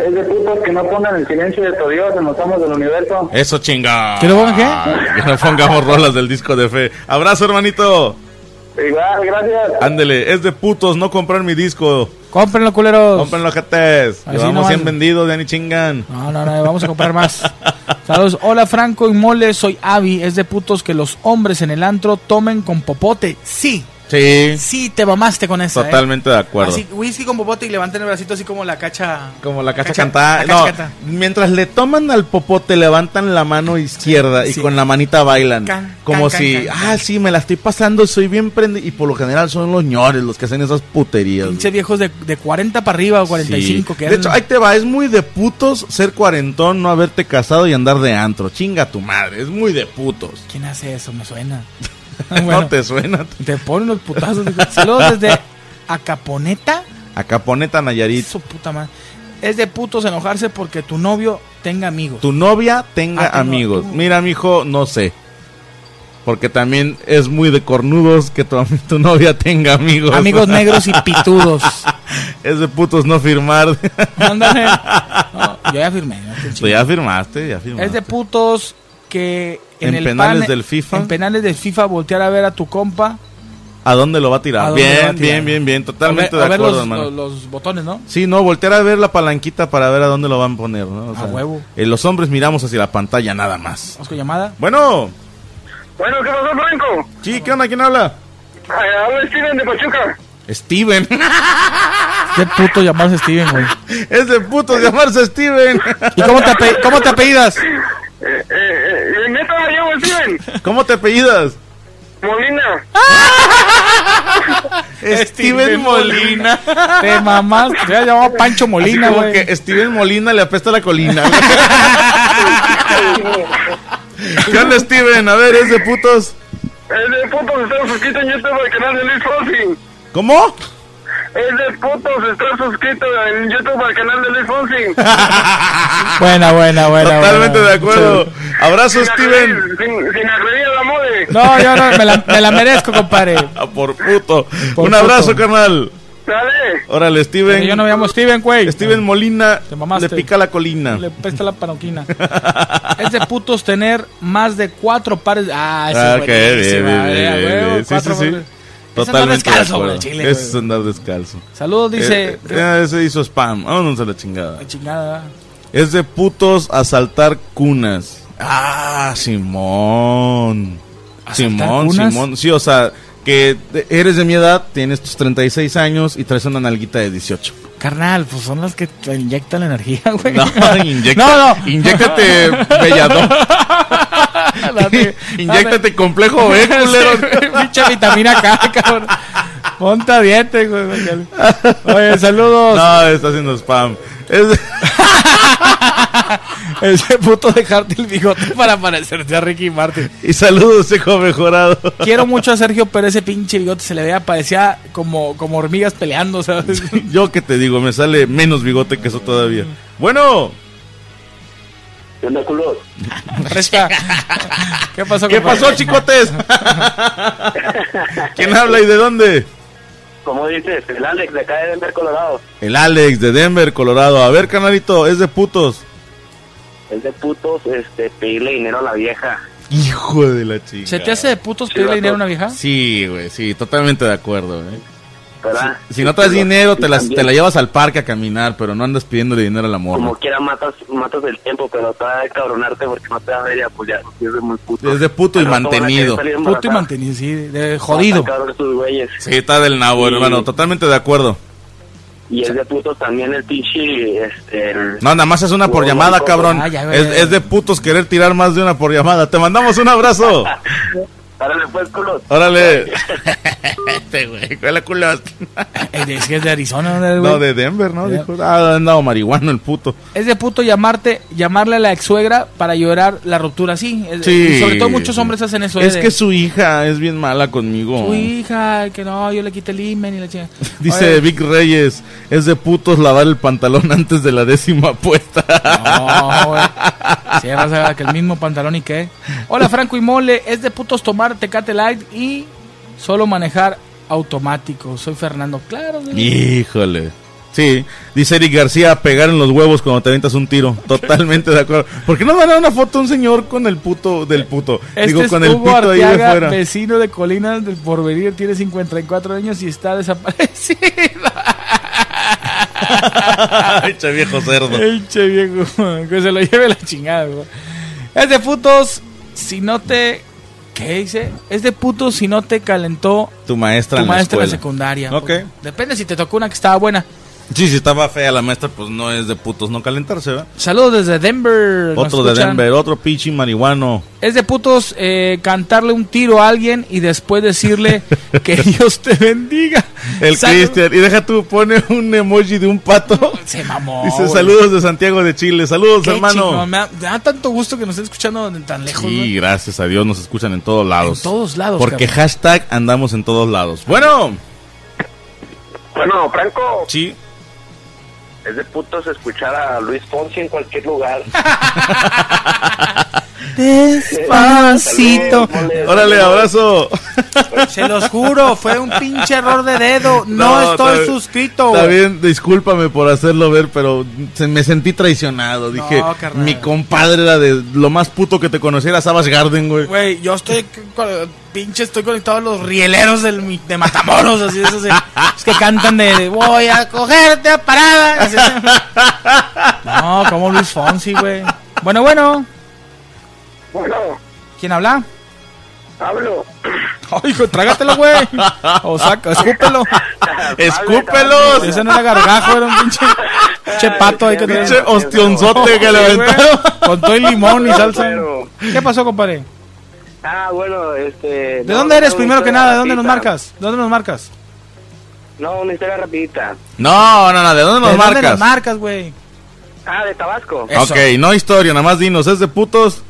J: Es de putos que no pongan el silencio de tu Dios en los amos del universo.
D: Eso chinga.
C: ¿Que no pongan qué?
D: Que no pongamos rolas del disco de fe. Abrazo, hermanito.
J: Igual, gracias.
D: Ándele, es de putos no comprar mi disco.
C: Cómprenlo, culeros.
D: Cómprenlo, jetes.
C: Así
D: Llevamos
C: nomás.
D: 100 vendidos, ya ni chingan.
C: No, no, no, vamos a comprar más. Saludos. Hola, Franco y Mole, soy Avi. Es de putos que los hombres en el antro tomen con popote. Sí,
D: Sí,
C: sí, te mamaste con esa. ¿eh?
D: totalmente de acuerdo.
C: Así, whisky con popote y levanten el bracito así como la cacha.
D: Como la cacha
C: Cacha-
D: cantada.
C: la cacha
D: No,
C: cantada.
D: mientras le toman al popote, levantan la mano izquierda y
C: sí.
D: con la manita bailan.
C: Can,
D: como
C: can,
D: si,
C: can, can,
D: ah, sí, me la estoy pasando, soy bien prendido. Y por lo general son los ñores los que hacen esas puterías.
C: Pinche viejos de, de 40 para arriba o
D: Sí.
C: 45. Que
D: de
C: eran-
D: hecho, ahí te va, es muy de putos ser cuarentón, no haberte casado y andar de antro. Chinga tu madre, es muy de putos.
C: ¿Quién hace eso? Me suena. Ah, Bueno,
D: No te suena.
C: te ponen los putazos. digo, Saludos desde Acaponeta.
D: Acaponeta Nayarit.
C: Su puta madre. Es de putos enojarse porque tu novio tenga amigos.
D: Tu novia tenga
C: Ah, tu no-
D: amigos.
C: tú.
D: Mira, mijo, no sé. Porque también es muy de cornudos que tu, tu novia tenga amigos.
C: Amigos negros y pitudos.
D: Es de putos no firmar.
C: Ándale. No, yo ya firmé. no te
D: Tú
C: chingues.
D: Pues ya firmaste, ya firmaste.
C: Es de putos que
D: En
C: el
D: penales del FIFA.
C: En penales del FIFA voltear a ver a tu compa.
D: ¿A dónde lo va a
C: ¿a
D: tirar?
C: dónde
D: bien,
C: le va a tirar?
D: bien, bien, bien. Totalmente
C: O ver- o
D: de
C: ver
D: acuerdo,
C: los-
D: hermano.
C: los, los botones, ¿no?
D: Sí, no, voltear a ver la palanquita para ver a dónde lo van a poner, ¿no? O
C: A huevo.
D: eh, los hombres miramos hacia la pantalla nada más.
C: Vamos con llamada.
D: Bueno,
F: Bueno, ¿qué pasó, Franco?
D: sí, ¿qué onda? ¿Quién habla?
J: Eh,
F: Ay, Habla Steven de Pachuca.
D: Steven.
C: Qué puto llamarse Steven, güey.
D: es de putos llamarse Steven.
C: ¿Y cómo te, ape- cómo te apellidas?
F: Eh, eh, eh, neta, yo, Steven.
D: ¿Cómo te apellidas?
J: Molina.
D: Steven Molina.
C: Te mamás, te había llamado Pancho Molina,
D: Así como
C: güey.
D: que Steven Molina le apesta la colina. ¿Qué onda, Steven? A ver, es de putos.
J: Es de putos estar suscrito en YouTube al canal de Luis Fonsi.
D: ¿Cómo?
J: Es de putos estar suscrito en YouTube al canal de Luis Fonsi.
C: Buena, buena, buena.
D: Totalmente de acuerdo. Abrazo,
J: Sin
D: Steven.
J: agredir- Sin, sin agredir a la mole.
C: No, yo no, me la, me la merezco, compadre.
D: Ah, Por puto.
C: Por
D: Un abrazo,
C: puto.
D: carnal.
J: Dale.
D: Órale, Steven.
C: Yo no me llamo Steven, güey.
D: Steven Molina le
C: mamaste.
D: pica la colina.
C: Le pesta la panoquina. es de putos tener más de cuatro pares. Ah, ese
D: Ah,
C: es
D: ok, bien,
C: buenísima,
D: bien,
C: eh,
D: bien,
C: güey,
D: bien. Sí,
C: cuatro
D: sí, sí.
C: pares. Ese andaba
D: Totalmente de
C: descalzo, güey,
D: acuerdo.
C: chile,
D: Ese es
C: güey.
D: andar descalzo.
C: Saludos, dice-
D: Eh, eh, ese hizo spam. Vámonos a la chingada.
C: Chingada.
D: Es de putos asaltar cunas. Ah, Simón. Simón,
C: cunas?
D: Simón. Sí, o sea, que de- eres de mi edad, tienes tus 36 años y traes una nalguita de 18.
C: Carnal, pues son las que te inyectan la energía, güey.
D: No, inyecta,
C: No, no.
D: Inyéctate, belladón. inyéctate complejo B, culero.
C: Pinche vitamina K, cabrón. Ponte a dieta, güey. Oye, saludos.
D: No, está haciendo spam. Es-
C: Ese puto dejarte el bigote para parecerte a Ricky Martin.
D: y saludos, hijo mejorado.
C: Quiero mucho a Sergio, pero ese pinche bigote se le veía, parecía como, como hormigas peleando, ¿sabes?
D: Yo que te digo, me sale menos bigote que eso todavía. Bueno,
J: ¿Qué onda, culo?
C: Fresca. ¿Qué pasó,
D: ¿qué
C: compadre?
D: pasó, chicotes? ¿Quién habla y de dónde?
J: Como dices, el Alex de acá de Denver, Colorado.
D: El Alex de Denver, Colorado. A ver, canalito, es de putos.
J: Es de putos este, pedirle dinero a la vieja.
D: Hijo de la chica.
C: ¿Se te hace de putos pedirle dinero a una vieja?
D: Sí, güey, sí, totalmente de acuerdo. ¿eh?
J: ¿Verdad?
D: Si no traes
J: Sí,
D: dinero,
J: sí,
D: te, las-
J: también.
D: te la llevas al parque a caminar, pero no andas pidiéndole dinero a la
J: Como
D: morra.
J: quiera matas, matas el tiempo, pero te va a cabronarte porque no te va a ver y apoyar. porque Es de muy puto.
D: Es de puto y
J: Al rato van a
D: mantenido.
J: querer salir
C: Puto y
J: embarazadas.
C: mantenido, sí, de- jodido.
J: Van a sacar esos güeyes.
D: Sí, está del nabo,
J: Sí.
D: hermano, totalmente de acuerdo.
J: Y es de puto también el pinche. Este, el-
D: No, nada más es una por
J: Huevón,
D: llamada,
J: cosa.
D: cabrón.
C: Ah, ya, güey.
D: Es, es de putos querer tirar más de una por llamada. Te mandamos un abrazo.
J: Párale, pues, culo.
D: Órale. este güey, con la culo.
C: Eh, Es que es de Arizona, ¿no, güey?
D: No, de Denver, ¿no?
C: Ya.
D: Dijo, ah, ha andado marihuano el puto.
C: Es de puto llamarte, llamarle a la ex suegra para llorar la ruptura, sí. Es-
D: Sí.
C: y sobre todo muchos hombres hacen eso.
D: Es
C: eh,
D: que
C: de,
D: su hija es bien mala conmigo.
C: su hija, que no, yo le quité el imen y la chinga.
D: Dice
C: Oye,
D: Vic Reyes, es de putos lavar el pantalón antes de la décima apuesta.
C: No, güey. Sí, vas a ver que el mismo pantalón y qué. Hola, Franco y Mole. Es de putos tomar Tecate Light y solo manejar automático. Soy Fernando. Claro, güey.
D: Híjole. Sí, dice Eric García, pegar en los huevos cuando te aventas un tiro. Totalmente de acuerdo. ¿Por qué no mandaron una foto a un señor con el puto del puto?
C: Este
D: Digo,
C: es
D: con el
C: Hugo
D: pito ahí de
C: Arteaga,
D: fuera.
C: vecino de Colinas del Porvenir, tiene 54 años y está desaparecido.
D: Ay, che viejo cerdo.
C: Ay, che viejo, que se lo lleve la chingada, güey. Es de putos si no te... ¿Qué dice? Es de putos si no te calentó
D: Tu maestra
C: tu
D: en la
C: maestra en la
D: escuela.
C: secundaria.
D: Ok.
C: porque- Depende si te tocó una que estaba buena.
D: Sí, si estaba fea la maestra, pues no es de putos no calentarse, ¿verdad?
C: Saludos desde Denver. nos
D: Otro de
C: escuchan.
D: Denver, otro pichi marihuano.
C: Es de putos eh, cantarle un tiro a alguien y después decirle que Dios te bendiga.
D: El
C: Sal-
D: Cristian. Y deja tú, pone un emoji de un pato.
C: Se mamó.
D: Dice
C: güey.
D: saludos de Santiago de Chile. Saludos,
C: Qué
D: hermano.
C: chingón, Me da, me da tanto gusto que nos estén escuchando de tan lejos.
D: Sí,
C: güey.
D: gracias a Dios nos escuchan en todos lados.
C: En todos lados,
D: Porque
C: cabrón.
D: hashtag andamos en todos lados. Bueno,
J: Bueno, Franco,
D: sí.
J: es de putos escuchar a Luis Fonsi en cualquier lugar.
C: Despacito.
D: Órale, abrazo.
C: Se los juro, fue un pinche error de dedo. No,
D: No,
C: estoy
D: está bien.
C: suscrito.
D: Está
C: güey.
D: bien, discúlpame por hacerlo ver, pero se me sentí traicionado. Dije,
C: carnal.
D: mi compadre era de lo más puto que te conociera, Sabas Garden, güey.
C: Güey, yo estoy con- pinche, estoy conectado a los rieleros del, mi- de Matamoros, así es, así, es que cantan de, de, voy a cogerte a parada. así es. no, como Luis Fonsi, güey. Bueno, bueno,
J: Bueno,
C: ¿quién habla?
J: hablo.
C: Ay, hijo, trágatelo, güey. O saca, escúpelo.
D: ¡Escúpelos!
C: Ese no era gargajo, era un pinche, pinche pato ahí que tenía.
D: Pinche ostionzote que le
C: Sí, güey,
D: aventaron.
C: Con todo el limón y salsa.
J: Pero-
C: ¿Qué pasó, compadre?
F: Ah, bueno, este...
C: ¿De
F: no,
C: dónde eres
F: no,
C: primero
F: una
C: que nada? ¿De dónde nos
F: rapidita.
C: marcas? ¿De dónde nos marcas?
F: No, una historia rapidita.
D: No, no, no, ¿de dónde nos
C: ¿De
D: marcas?
C: dónde nos marcas, güey?
F: Ah, de Tabasco.
D: Ok, no historia, nada más dinos, ¿es de putos?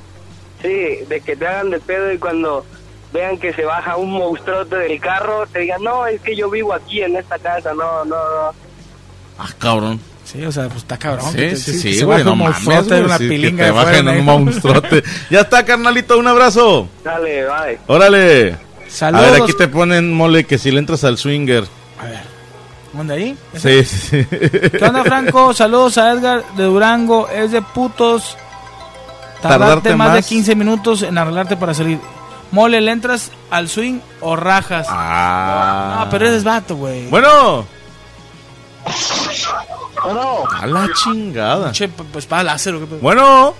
F: Sí, de que te hagan de pedo y cuando vean que se baja un monstruote del carro, te digan, no, es que yo vivo aquí en esta casa, no, no, no.
D: Ah, cabrón.
C: Sí, o sea, pues está cabrón.
D: Sí,
C: que te-
D: sí,
C: que
D: sí,
C: se
D: güey,
C: baje
D: no
C: un
D: mames,
C: monstruote de
D: güey,
C: una
D: sí, que
C: pilinga
D: te
C: de fuera,
D: bajen
C: ¿no?
D: un monstruote. Ya está, carnalito, un abrazo.
F: Dale, bye.
D: Órale.
C: Saludos.
D: A ver, aquí te ponen mole que si le entras al swinger.
C: ¿Dónde ahí?
D: Sí, sí, sí.
C: ¿Qué onda, Franco? Saludos a Edgar de Durango. Es de putos tardarte,
D: Tardarte
C: más, de
D: más.
C: 15 minutos en arreglarte para salir. Mole, ¿le entras al swing o rajas?
D: Ah.
C: No, pero eres vato, güey.
D: Bueno.
F: Bueno.
D: A la chingada.
C: Che, p- pues para láser.
D: Bueno.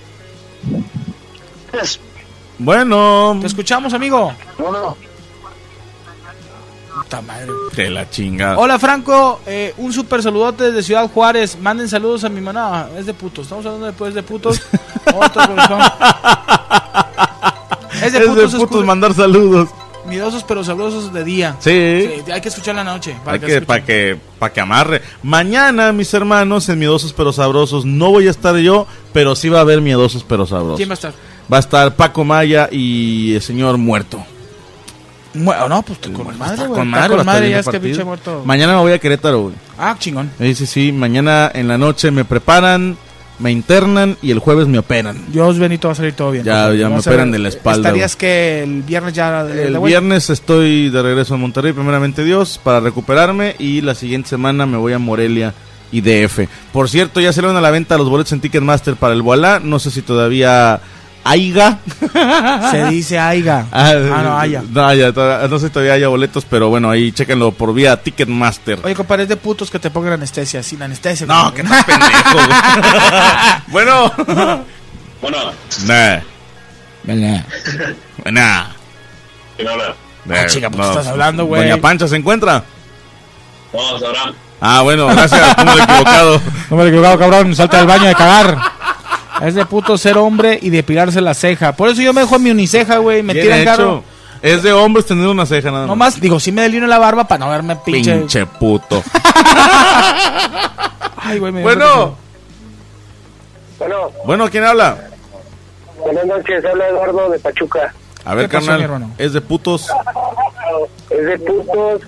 D: Bueno.
C: Te escuchamos, amigo.
F: Bueno.
C: Puta madre.
D: De la chingada.
C: Hola, Franco. eh, un super saludote desde Ciudad Juárez. Manden saludos a mi maná. Es de putos. Estamos hablando después de putos. Otro corazón. Es de putos, escu-
D: mandar saludos.
C: Miedosos pero sabrosos de día.
D: Sí.
C: hay que escuchar la noche. para
D: Para
C: que
D: que,
C: escuchen.
D: para que, para que amarre. Mañana, mis hermanos, en Miedosos pero Sabrosos, no voy a estar yo, pero sí va a haber Miedosos pero Sabrosos.
C: ¿Quién va a estar?
D: Va a estar Paco Maya y el señor muerto.
C: Bueno, no, pues con madre, güey. Está
D: con madre, va a
C: Con
D: estar
C: madre,
D: viendo
C: ya es que
D: partido.
C: pinche muerto.
D: Mañana me voy a Querétaro, güey.
C: Ah, chingón.
D: Sí, sí, sí. Mañana en la noche me preparan, me internan y el jueves me operan.
C: Dios Benito va a salir todo bien.
D: Ya, ya me
C: Vamos a
D: operan
C: ver, eh,
D: de la espalda.
C: Estarías que el viernes ya. de- de
D: El
C: vuelta?
D: viernes estoy de regreso a Monterrey, primeramente Dios, para recuperarme y la siguiente semana me voy a Morelia y DF. Por cierto, ya salieron a la venta los boletos en Ticketmaster para el Boalá, no sé si todavía haya.
C: Se dice Aiga.
D: Ah,
C: Ah, no, haya.
D: No, haya, todavía- no sé si todavía haya boletos, pero bueno, ahí chéquenlo por vía Ticketmaster.
C: Oye, compadre, es de putos que te pongan anestesia. Sin anestesia.
D: No, que no, pendejo. bueno.
K: Bueno.
D: Nah. Nah.
K: ¿Quién habla?
D: Nah,
C: chica, pues,
D: no.
C: estás hablando, güey.
D: Doña Pancha se encuentra.
K: No, sabrán.
D: Ah, bueno, gracias. ¿Cómo lo he equivocado?
C: No me he equivocado, cabrón. Salta del baño de cagar. Es de puto ser hombre y depilarse la ceja. Por eso yo me dejo mi uniceja, güey. Me
D: Bien
C: tiran
D: hecho.
C: caro.
D: Es de hombres tener una ceja nada más.
C: No más, digo, sí me delino la barba para no verme pinche.
D: pinche. puto.
C: Ay, güey, me dio
D: bueno,
F: Bueno,
D: bueno, ¿quién habla?
F: buenas noches, habla Eduardo de Pachuca.
D: A ver,
F: ¿Qué pasó, mi
D: carnal.
F: hermano?
D: Es de putos.
F: Es de putos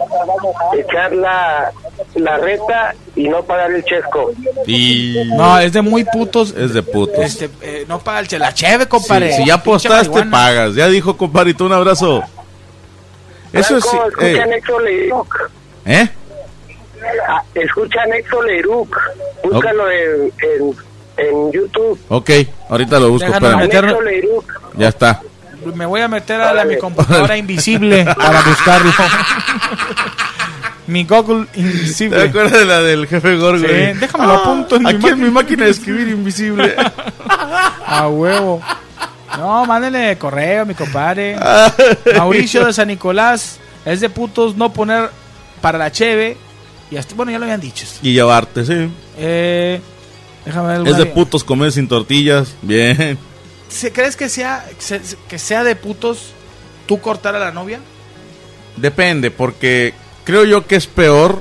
F: echar la, la reta y no pagar el chesco.
D: Y...
C: No, es de muy putos.
D: Es de putos.
C: Este, eh, no para el chelacheve,
D: Sí,
C: compadre.
D: si ya apostaste,
C: Pinche marihuana.
D: pagas. Ya dijo, compadrito, un abrazo. Eso es.
F: Franco, escuchan
D: eh,
F: Héctor Leiruc.
D: ¿Eh?
F: Ah, Escuchan Héctor Leiruc. Búscalo en, en, en YouTube.
D: Ok, ahorita lo busco.
C: Déjalo
D: espérame.
C: meterlo.
F: Héctor Leiruc.
D: Ya está.
C: Me voy a meter a, la, mi computadora invisible para buscarlo. mi Google invisible.
D: ¿Te acuerdas de la del jefe Gorgo?
C: Sí,
D: Eh,
C: déjame lo apunto en mi
D: Aquí en mi máquina de escribir invisible.
C: A huevo. No, mándenle correo, mi compadre. Mauricio de San Nicolás. Es de putos no poner para la cheve. Y hasta, bueno, ya lo habían dicho.
D: y llevarte, sí.
C: Eh, déjame ver.
D: Es
C: alguna-
D: de putos comer sin tortillas. Bien.
C: ¿Se- ¿Crees que sea, se- se- que sea de putos tú cortar a la novia?
D: Depende, porque creo yo que es peor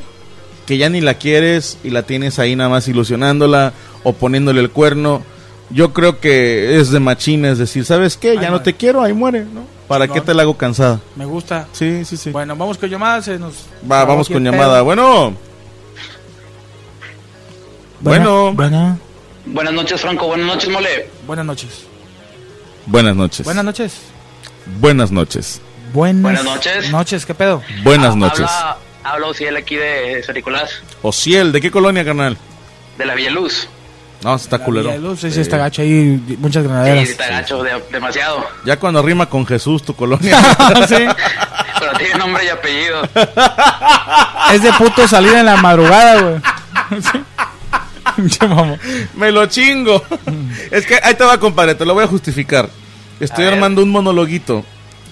D: que ya ni la quieres y la tienes ahí nada más ilusionándola o poniéndole el cuerno. Yo creo que es de machina, es decir, ¿sabes qué? Ya no te quiero, ahí muere, ¿no? ¿Para qué
C: Chingón.
D: te la hago cansada?
C: Me gusta.
D: Sí, sí, sí.
C: Bueno, vamos con llamadas. se nos
D: Va,
C: acabó
D: vamos
C: aquí
D: con
C: el
D: llamada.
C: pedo.
D: Bueno. Bueno.
L: Buenas noches, Franco. Buenas noches, Mole.
C: Buenas noches.
D: Buenas noches.
C: Buenas noches.
D: Buenas noches.
C: Buenas,
L: Buenas noches.
C: Noches, ¿qué pedo?
D: Buenas noches.
L: Habla, habla Ociel aquí de San Nicolás,
D: Ociel, ¿de qué colonia, carnal?
L: de la Villaluz.
D: No, está culero. Eh,
C: Luz,
D: Sí.
C: ese está este gacho ahí, muchas
D: Ah,
L: Sí,
C: granaderas.
L: está gacho, de- demasiado.
D: Ya cuando rima con Jesús, tu colonia.
L: Pero tiene nombre y apellido.
C: Es de puto salir en la madrugada, güey. Sí. Pinche mamón.
D: Me lo chingo. es que ahí te va, compadre, te lo voy a justificar. Estoy armando un monologuito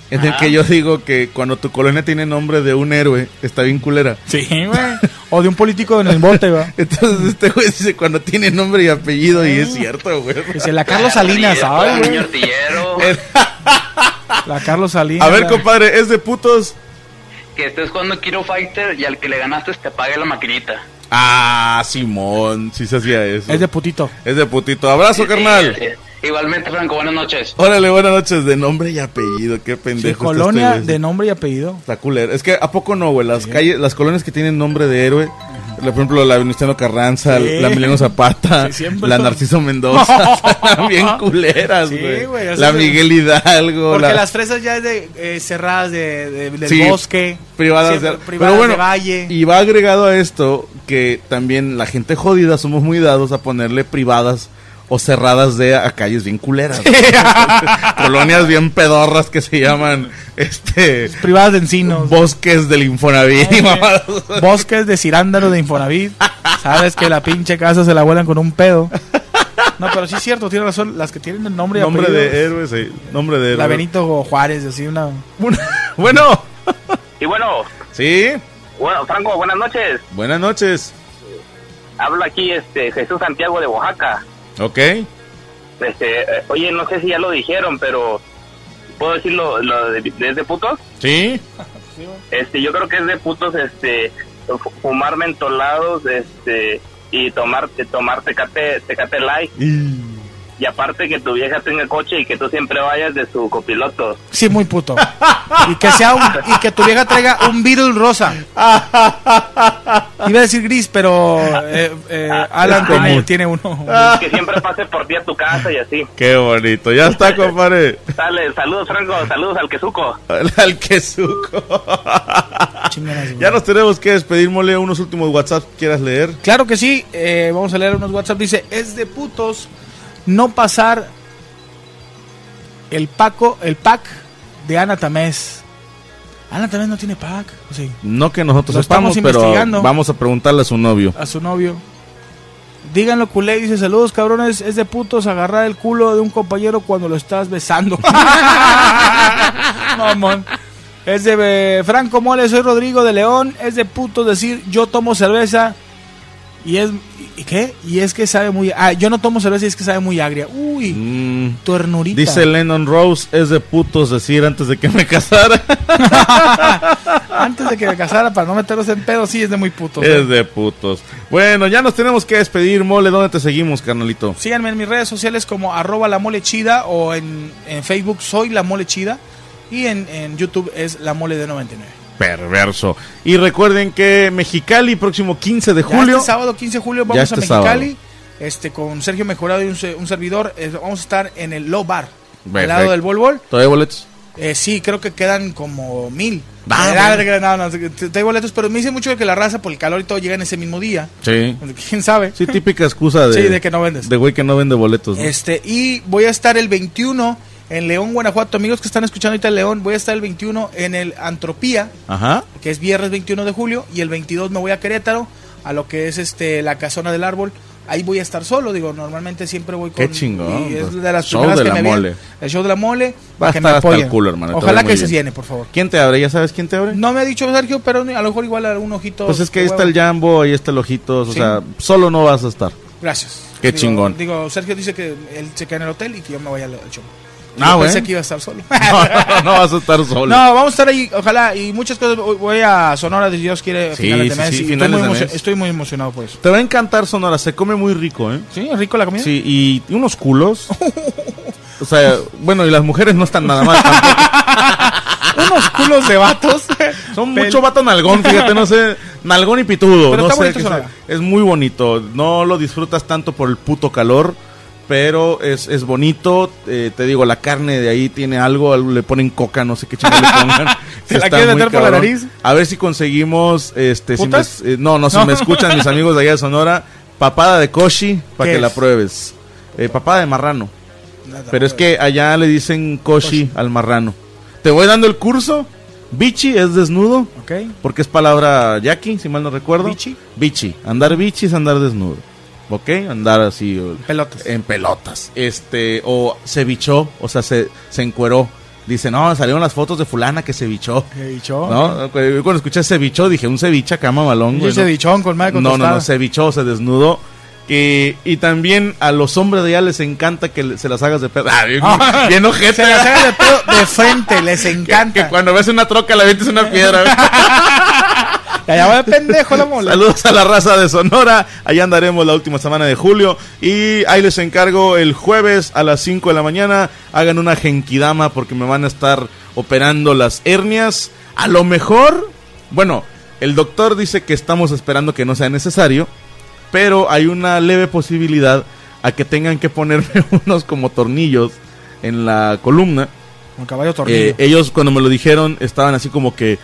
D: en el
C: Ajá.
D: que yo digo que cuando tu colonia tiene nombre de un héroe, está bien culera.
C: Sí, güey. O de un político en el bote, güey.
D: Entonces este güey dice cuando tiene nombre y
C: Ah.
D: apellido y es cierto, güey.
C: Dice la Carlos Salinas, ¿sabes, güey?
L: Niño artillero.
C: La Carlos Salinas.
D: A ver,
C: la-
D: compadre, es de putos.
M: Que estés jugando Kiro Fighter y al que le ganaste te apague la maquinita.
D: Ah, Simón, sí se hacía eso. Es
C: de putito.
D: Es de putito. Abrazo,
M: Sí,
D: carnal. Oh.
M: sí. Igualmente, Franco, buenas noches.
D: Órale, buenas noches. De nombre y apellido, qué pendejo.
C: Sí,
D: está
C: colonia
D: este güey.
C: de nombre y apellido.
D: Está culero. Es que, ¿a poco no, güey? Las calles, las colonias que tienen nombre de héroe, por ejemplo, la Venustiano Carranza,
C: Sí.
D: la Emiliano Zapata,
C: Sí, siempre
D: la
C: son-
D: Narciso Mendoza, están bien culeras,
C: Sí,
D: güey.
C: güey, así
D: la
C: es.
D: Miguel Hidalgo,
C: Porque
D: la-
C: las fresas ya es de eh, cerradas de, de- del
D: Sí,
C: bosque.
D: privadas,
C: siempre
D: de,
C: privadas
D: pero bueno,
C: de valle.
D: Y va agregado a esto que también la gente jodida somos muy dados a ponerle privadas o cerradas de a calles bien culeras. güey. Colonias bien pedorras que se llaman este
C: privadas de encinos.
D: Bosques del Infonavit. y mamadas.
C: Bosques de cirándaro de Infonavit. Sabes que la pinche casa se la vuelan con un pedo. No, pero sí es cierto, tiene razón. Las que tienen el nombre y
D: nombre
C: apellido.
D: de héroe, sí, Nombre de héroe.
C: La Benito Juárez, así una.
D: Bueno.
L: Y bueno,
D: Sí.
L: bueno, Franco, buenas noches.
D: Buenas noches.
L: Hablo aquí este Jesús Santiago de Oaxaca.
D: Ok.
L: Este, eh, oye, no sé si ya lo dijeron, pero puedo decirlo lo de, de- es de putos.
D: Sí.
L: Este, yo creo que es de putos este fu- fumar mentolados, este y tomarte tomar tecate tecate light y aparte que tu vieja tenga coche y que tú siempre vayas de su copiloto.
C: Sí, muy puto. Y que sea un- y que tu vieja traiga un Beetle rosa. Iba a decir gris, pero eh, eh, Alan
L: Es
C: tiene,
D: común.
C: tiene uno.
L: Que siempre pase por ti a tu casa y así.
D: Qué bonito. Ya está, compadre.
L: Sale, saludos Franco, saludos al quesuco.
D: Al- Al quesuco. ya nos tenemos que despedir, mole. Unos últimos WhatsApp que quieras leer.
C: Claro que sí, eh, vamos a leer unos WhatsApp. Dice, es de putos no pasar el Paco, el pack de Ana Tamés. Ana Tamés no tiene pack, ¿o sí?
D: No que nosotros
C: Lo
D: sepamos,
C: estamos
D: pero
C: investigando.
D: vamos a preguntarle a su novio.
C: a su novio. Díganlo culé, dice, saludos cabrones, es de putos agarrar el culo de un compañero cuando lo estás besando. Mamón. Es de eh, Franco Mole, soy Rodrigo de León, es de putos decir yo tomo cerveza y es... ¿Y qué? Y es que sabe muy... Ah, yo no tomo cerveza y es que sabe muy agria. Uy,
D: Mm.
C: ternurita.
D: Dice Lennon Rose, es de putos decir antes de que me casara.
C: Antes de que me casara para no meterlos en pedo, sí, es de muy putos. ¿eh?
D: es de putos. Bueno, ya nos tenemos que despedir, mole. ¿Dónde te seguimos, carnalito?
C: Síganme en mis redes sociales como arroba la mole chida o en, en Facebook soy la mole chida y en, en YouTube es la mole de 99.
D: Perverso. Y recuerden que Mexicali, próximo 15 de
C: Ya
D: julio.
C: este sábado 15 de julio
D: Ya
C: vamos
D: este
C: a Mexicali este, con Sergio Mejorado y un, se- un servidor. eh, vamos a estar en el Low Bar, al lado
D: Perfecto.
C: del Bol Bol.
D: ¿Todavía hay boletos?
C: Eh, sí, creo que quedan como mil.
D: Ah,
C: Eh,
D: bueno.
C: no, no, no, te- te hay boletos, pero me dice mucho que la raza por el calor y todo llega en ese mismo día.
D: Sí.
C: ¿Quién sabe?
D: Sí, típica excusa de.
C: Sí, de que no vendes.
D: De güey que no vende boletos. Pues ¿no?
C: Este, y voy a estar el 21 en León, Guanajuato. Amigos que están escuchando ahorita en León, voy a estar el 21 en el Antropía,
D: Ajá.
C: que es viernes 21 de julio, y el 22 me voy a Querétaro, a lo que es este la casona del árbol. Ahí voy a estar solo, digo, normalmente siempre voy con...
D: Qué chingón,
C: y es
D: pues,
C: de las
D: show
C: primeras
D: de
C: que
D: la
C: me aviento.
D: mole.
C: El show de la mole.
D: Va a
C: para que
D: estar
C: me
D: hasta Ah, el
C: apoyen.
D: culo, hermano, te va
C: Ojalá
D: muy
C: que se
D: bien.
C: llene, por favor.
D: ¿Quién te abre? ¿Ya sabes quién te abre?
C: No me ha dicho Sergio, pero a lo mejor igual algún ojito.
D: Pues es que ahí
C: de
D: está el
C: huevo.
D: Jambo, ahí está el Ojitos. O
C: Sí.
D: sea, solo no vas a estar.
C: Gracias.
D: Qué
C: Digo-
D: chingón.
C: Digo, Sergio dice que él se queda en el hotel y que yo me vaya al al show.
D: Ah,
C: Yo
D: bueno.
C: Pensé que iba a estar solo.
D: No, no vas a estar solo.
C: No, vamos a estar ahí, ojalá, y muchas cosas. Voy- Voy a Sonora, si Dios quiere, a
D: Sí,
C: finales de
D: sí,
C: mes.
D: sí,
C: y
D: finales
C: estoy, muy
D: de
C: emocio-
D: mes.
C: estoy muy emocionado por eso.
D: Te va a encantar Sonora, se come muy rico, ¿eh?
C: Sí, rico la comida.
D: Sí, y y unos culos. O sea, bueno, y las mujeres no están nada mal.
C: Unos culos de vatos.
D: Son mucho vato nalgón, fíjate, no sé. Nalgón y pitudo.
C: Pero
D: no
C: está
D: sé,
C: bonito
D: qué
C: Sonora.
D: sea. Es muy bonito. No lo disfrutas tanto por el puto calor. Pero es, es bonito, Eh, te digo, la carne de ahí tiene algo, al- le ponen coca, no sé qué chingada le pongan.
C: ¿Te la
D: Está
C: quieres
D: muy
C: meter por la
D: cabrón.
C: nariz?
D: A ver si conseguimos, este, si me-
C: ¿Putas?
D: eh, no, no, si
C: No.
D: me escuchan mis amigos de allá de Sonora, papada de koshi, para
C: ¿Qué
D: que la
C: es?
D: pruebes. Eh, papada de marrano. Pero
C: pues.
D: es que allá le dicen koshi al marrano. Te voy dando el curso. Bichi es desnudo.
C: Ok.
D: Porque es palabra yaqui, si mal no recuerdo.
C: Bichi.
D: Bichi. Andar bichi es andar desnudo. ¿Ok? Andar así. o-
C: Pelotas.
D: En pelotas. Este, o se bichó, o sea, se, se encueró. Dice, no, salieron las fotos de fulana que se bichó.
C: Se bichó.
D: ¿No? Yo Cuando escuché se bichó, dije, un ceviche acá, mamalón.
C: Yo
D: güey, ¿no?
C: cevichón con madre con
D: No, no,
C: tostada.
D: no, se bichó, se desnudó. Que, y también a los hombres de allá les encanta que le- se las hagas de pedo. Ah, bien, bien ojete.
N: Se las hagas de pedo de frente, les encanta.
D: Que, cuando ves una troca la es una piedra.
N: allá va de pendejo la mola.
D: Saludos a la raza de Sonora. Allá andaremos la última semana de julio. Y ahí les encargo el jueves a las 5 de la mañana. Hagan una genkidama porque me van a estar operando las hernias. A lo mejor, bueno, el doctor dice que estamos esperando que no sea necesario. Pero hay una leve posibilidad a que tengan que ponerme unos como tornillos en la columna.
N: Un caballo tornillo.
D: Eh, ellos cuando me lo dijeron estaban así como que,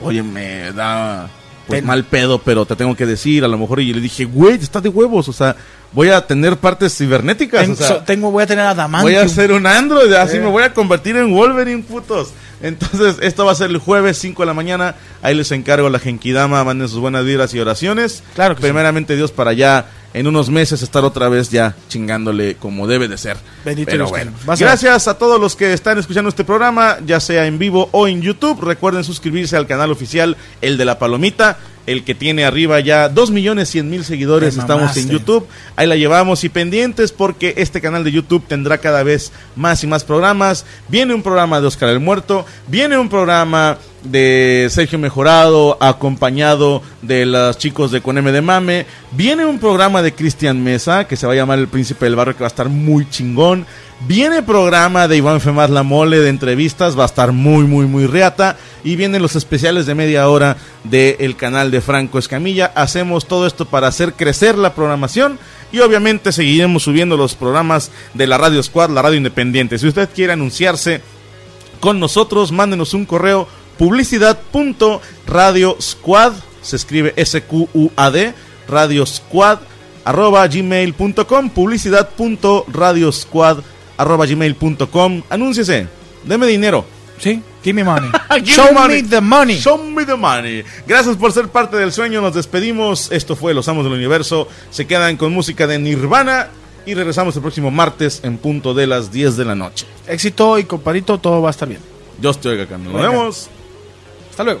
D: oye, me da pues,
N: Pena.
D: mal pedo, pero te tengo que decir, a lo mejor. Y yo le dije, güey, está de huevos, o sea, voy a tener partes cibernéticas.
N: Ten-
D: o sea,
N: so- tengo, voy a tener adamantium.
D: voy a ser un android, así
N: Eh.
D: me voy a convertir en Wolverine, putos. Entonces, esto va a ser el jueves 5 de la mañana. Ahí les encargo la Genkidama, manden sus buenas vibras y oraciones. Claro que Primeramente Dios para allá en unos meses estar otra vez ya chingándole como debe de ser.
N: Bendito
D: Pero
N: Dios que
D: bueno.
N: no. Vas a-
D: Gracias a todos los que están escuchando este programa, ya sea en vivo o en YouTube. Recuerden suscribirse al canal oficial, el de la palomita, el que tiene arriba ya 2 millones cien mil seguidores.
N: Te
D: Estamos
N: mamaste.
D: en YouTube. Ahí la llevamos y pendientes porque este canal de YouTube tendrá cada vez más y más programas. Viene un programa de Oscar el Muerto, viene un programa de Sergio Mejorado acompañado de los chicos de Con M de Mame. Viene un programa de Cristian Mesa que se va a llamar El Príncipe del Barrio que va a estar muy chingón. Viene programa de Iván Femás La Mole de entrevistas, va a estar muy, muy, muy reata. Y vienen los especiales de media hora del canal de Franco Escamilla. Hacemos todo esto para hacer crecer la programación. Y obviamente seguiremos subiendo los programas de la Radio Squad, la radio independiente. Si usted quiere anunciarse con nosotros, mándenos un correo publicidad.radiosquad, se escribe S-Q-U-A-D, radiosquad, arroba gmail.com, publicidad.radiosquad, arroba gmail.com. Anúnciese, deme dinero.
N: Sí, give me money.
D: Show Ah, me the money. Show me the money. Gracias por ser parte del sueño. Nos despedimos. Esto fue Los Amos del Universo. Se quedan con música de Nirvana y regresamos el próximo martes en punto de las 10 de la noche.
N: Éxito y compadito, todo va a estar bien.
D: Yo estoy acá, Nos
N: Venga.
D: vemos.
N: Hasta luego.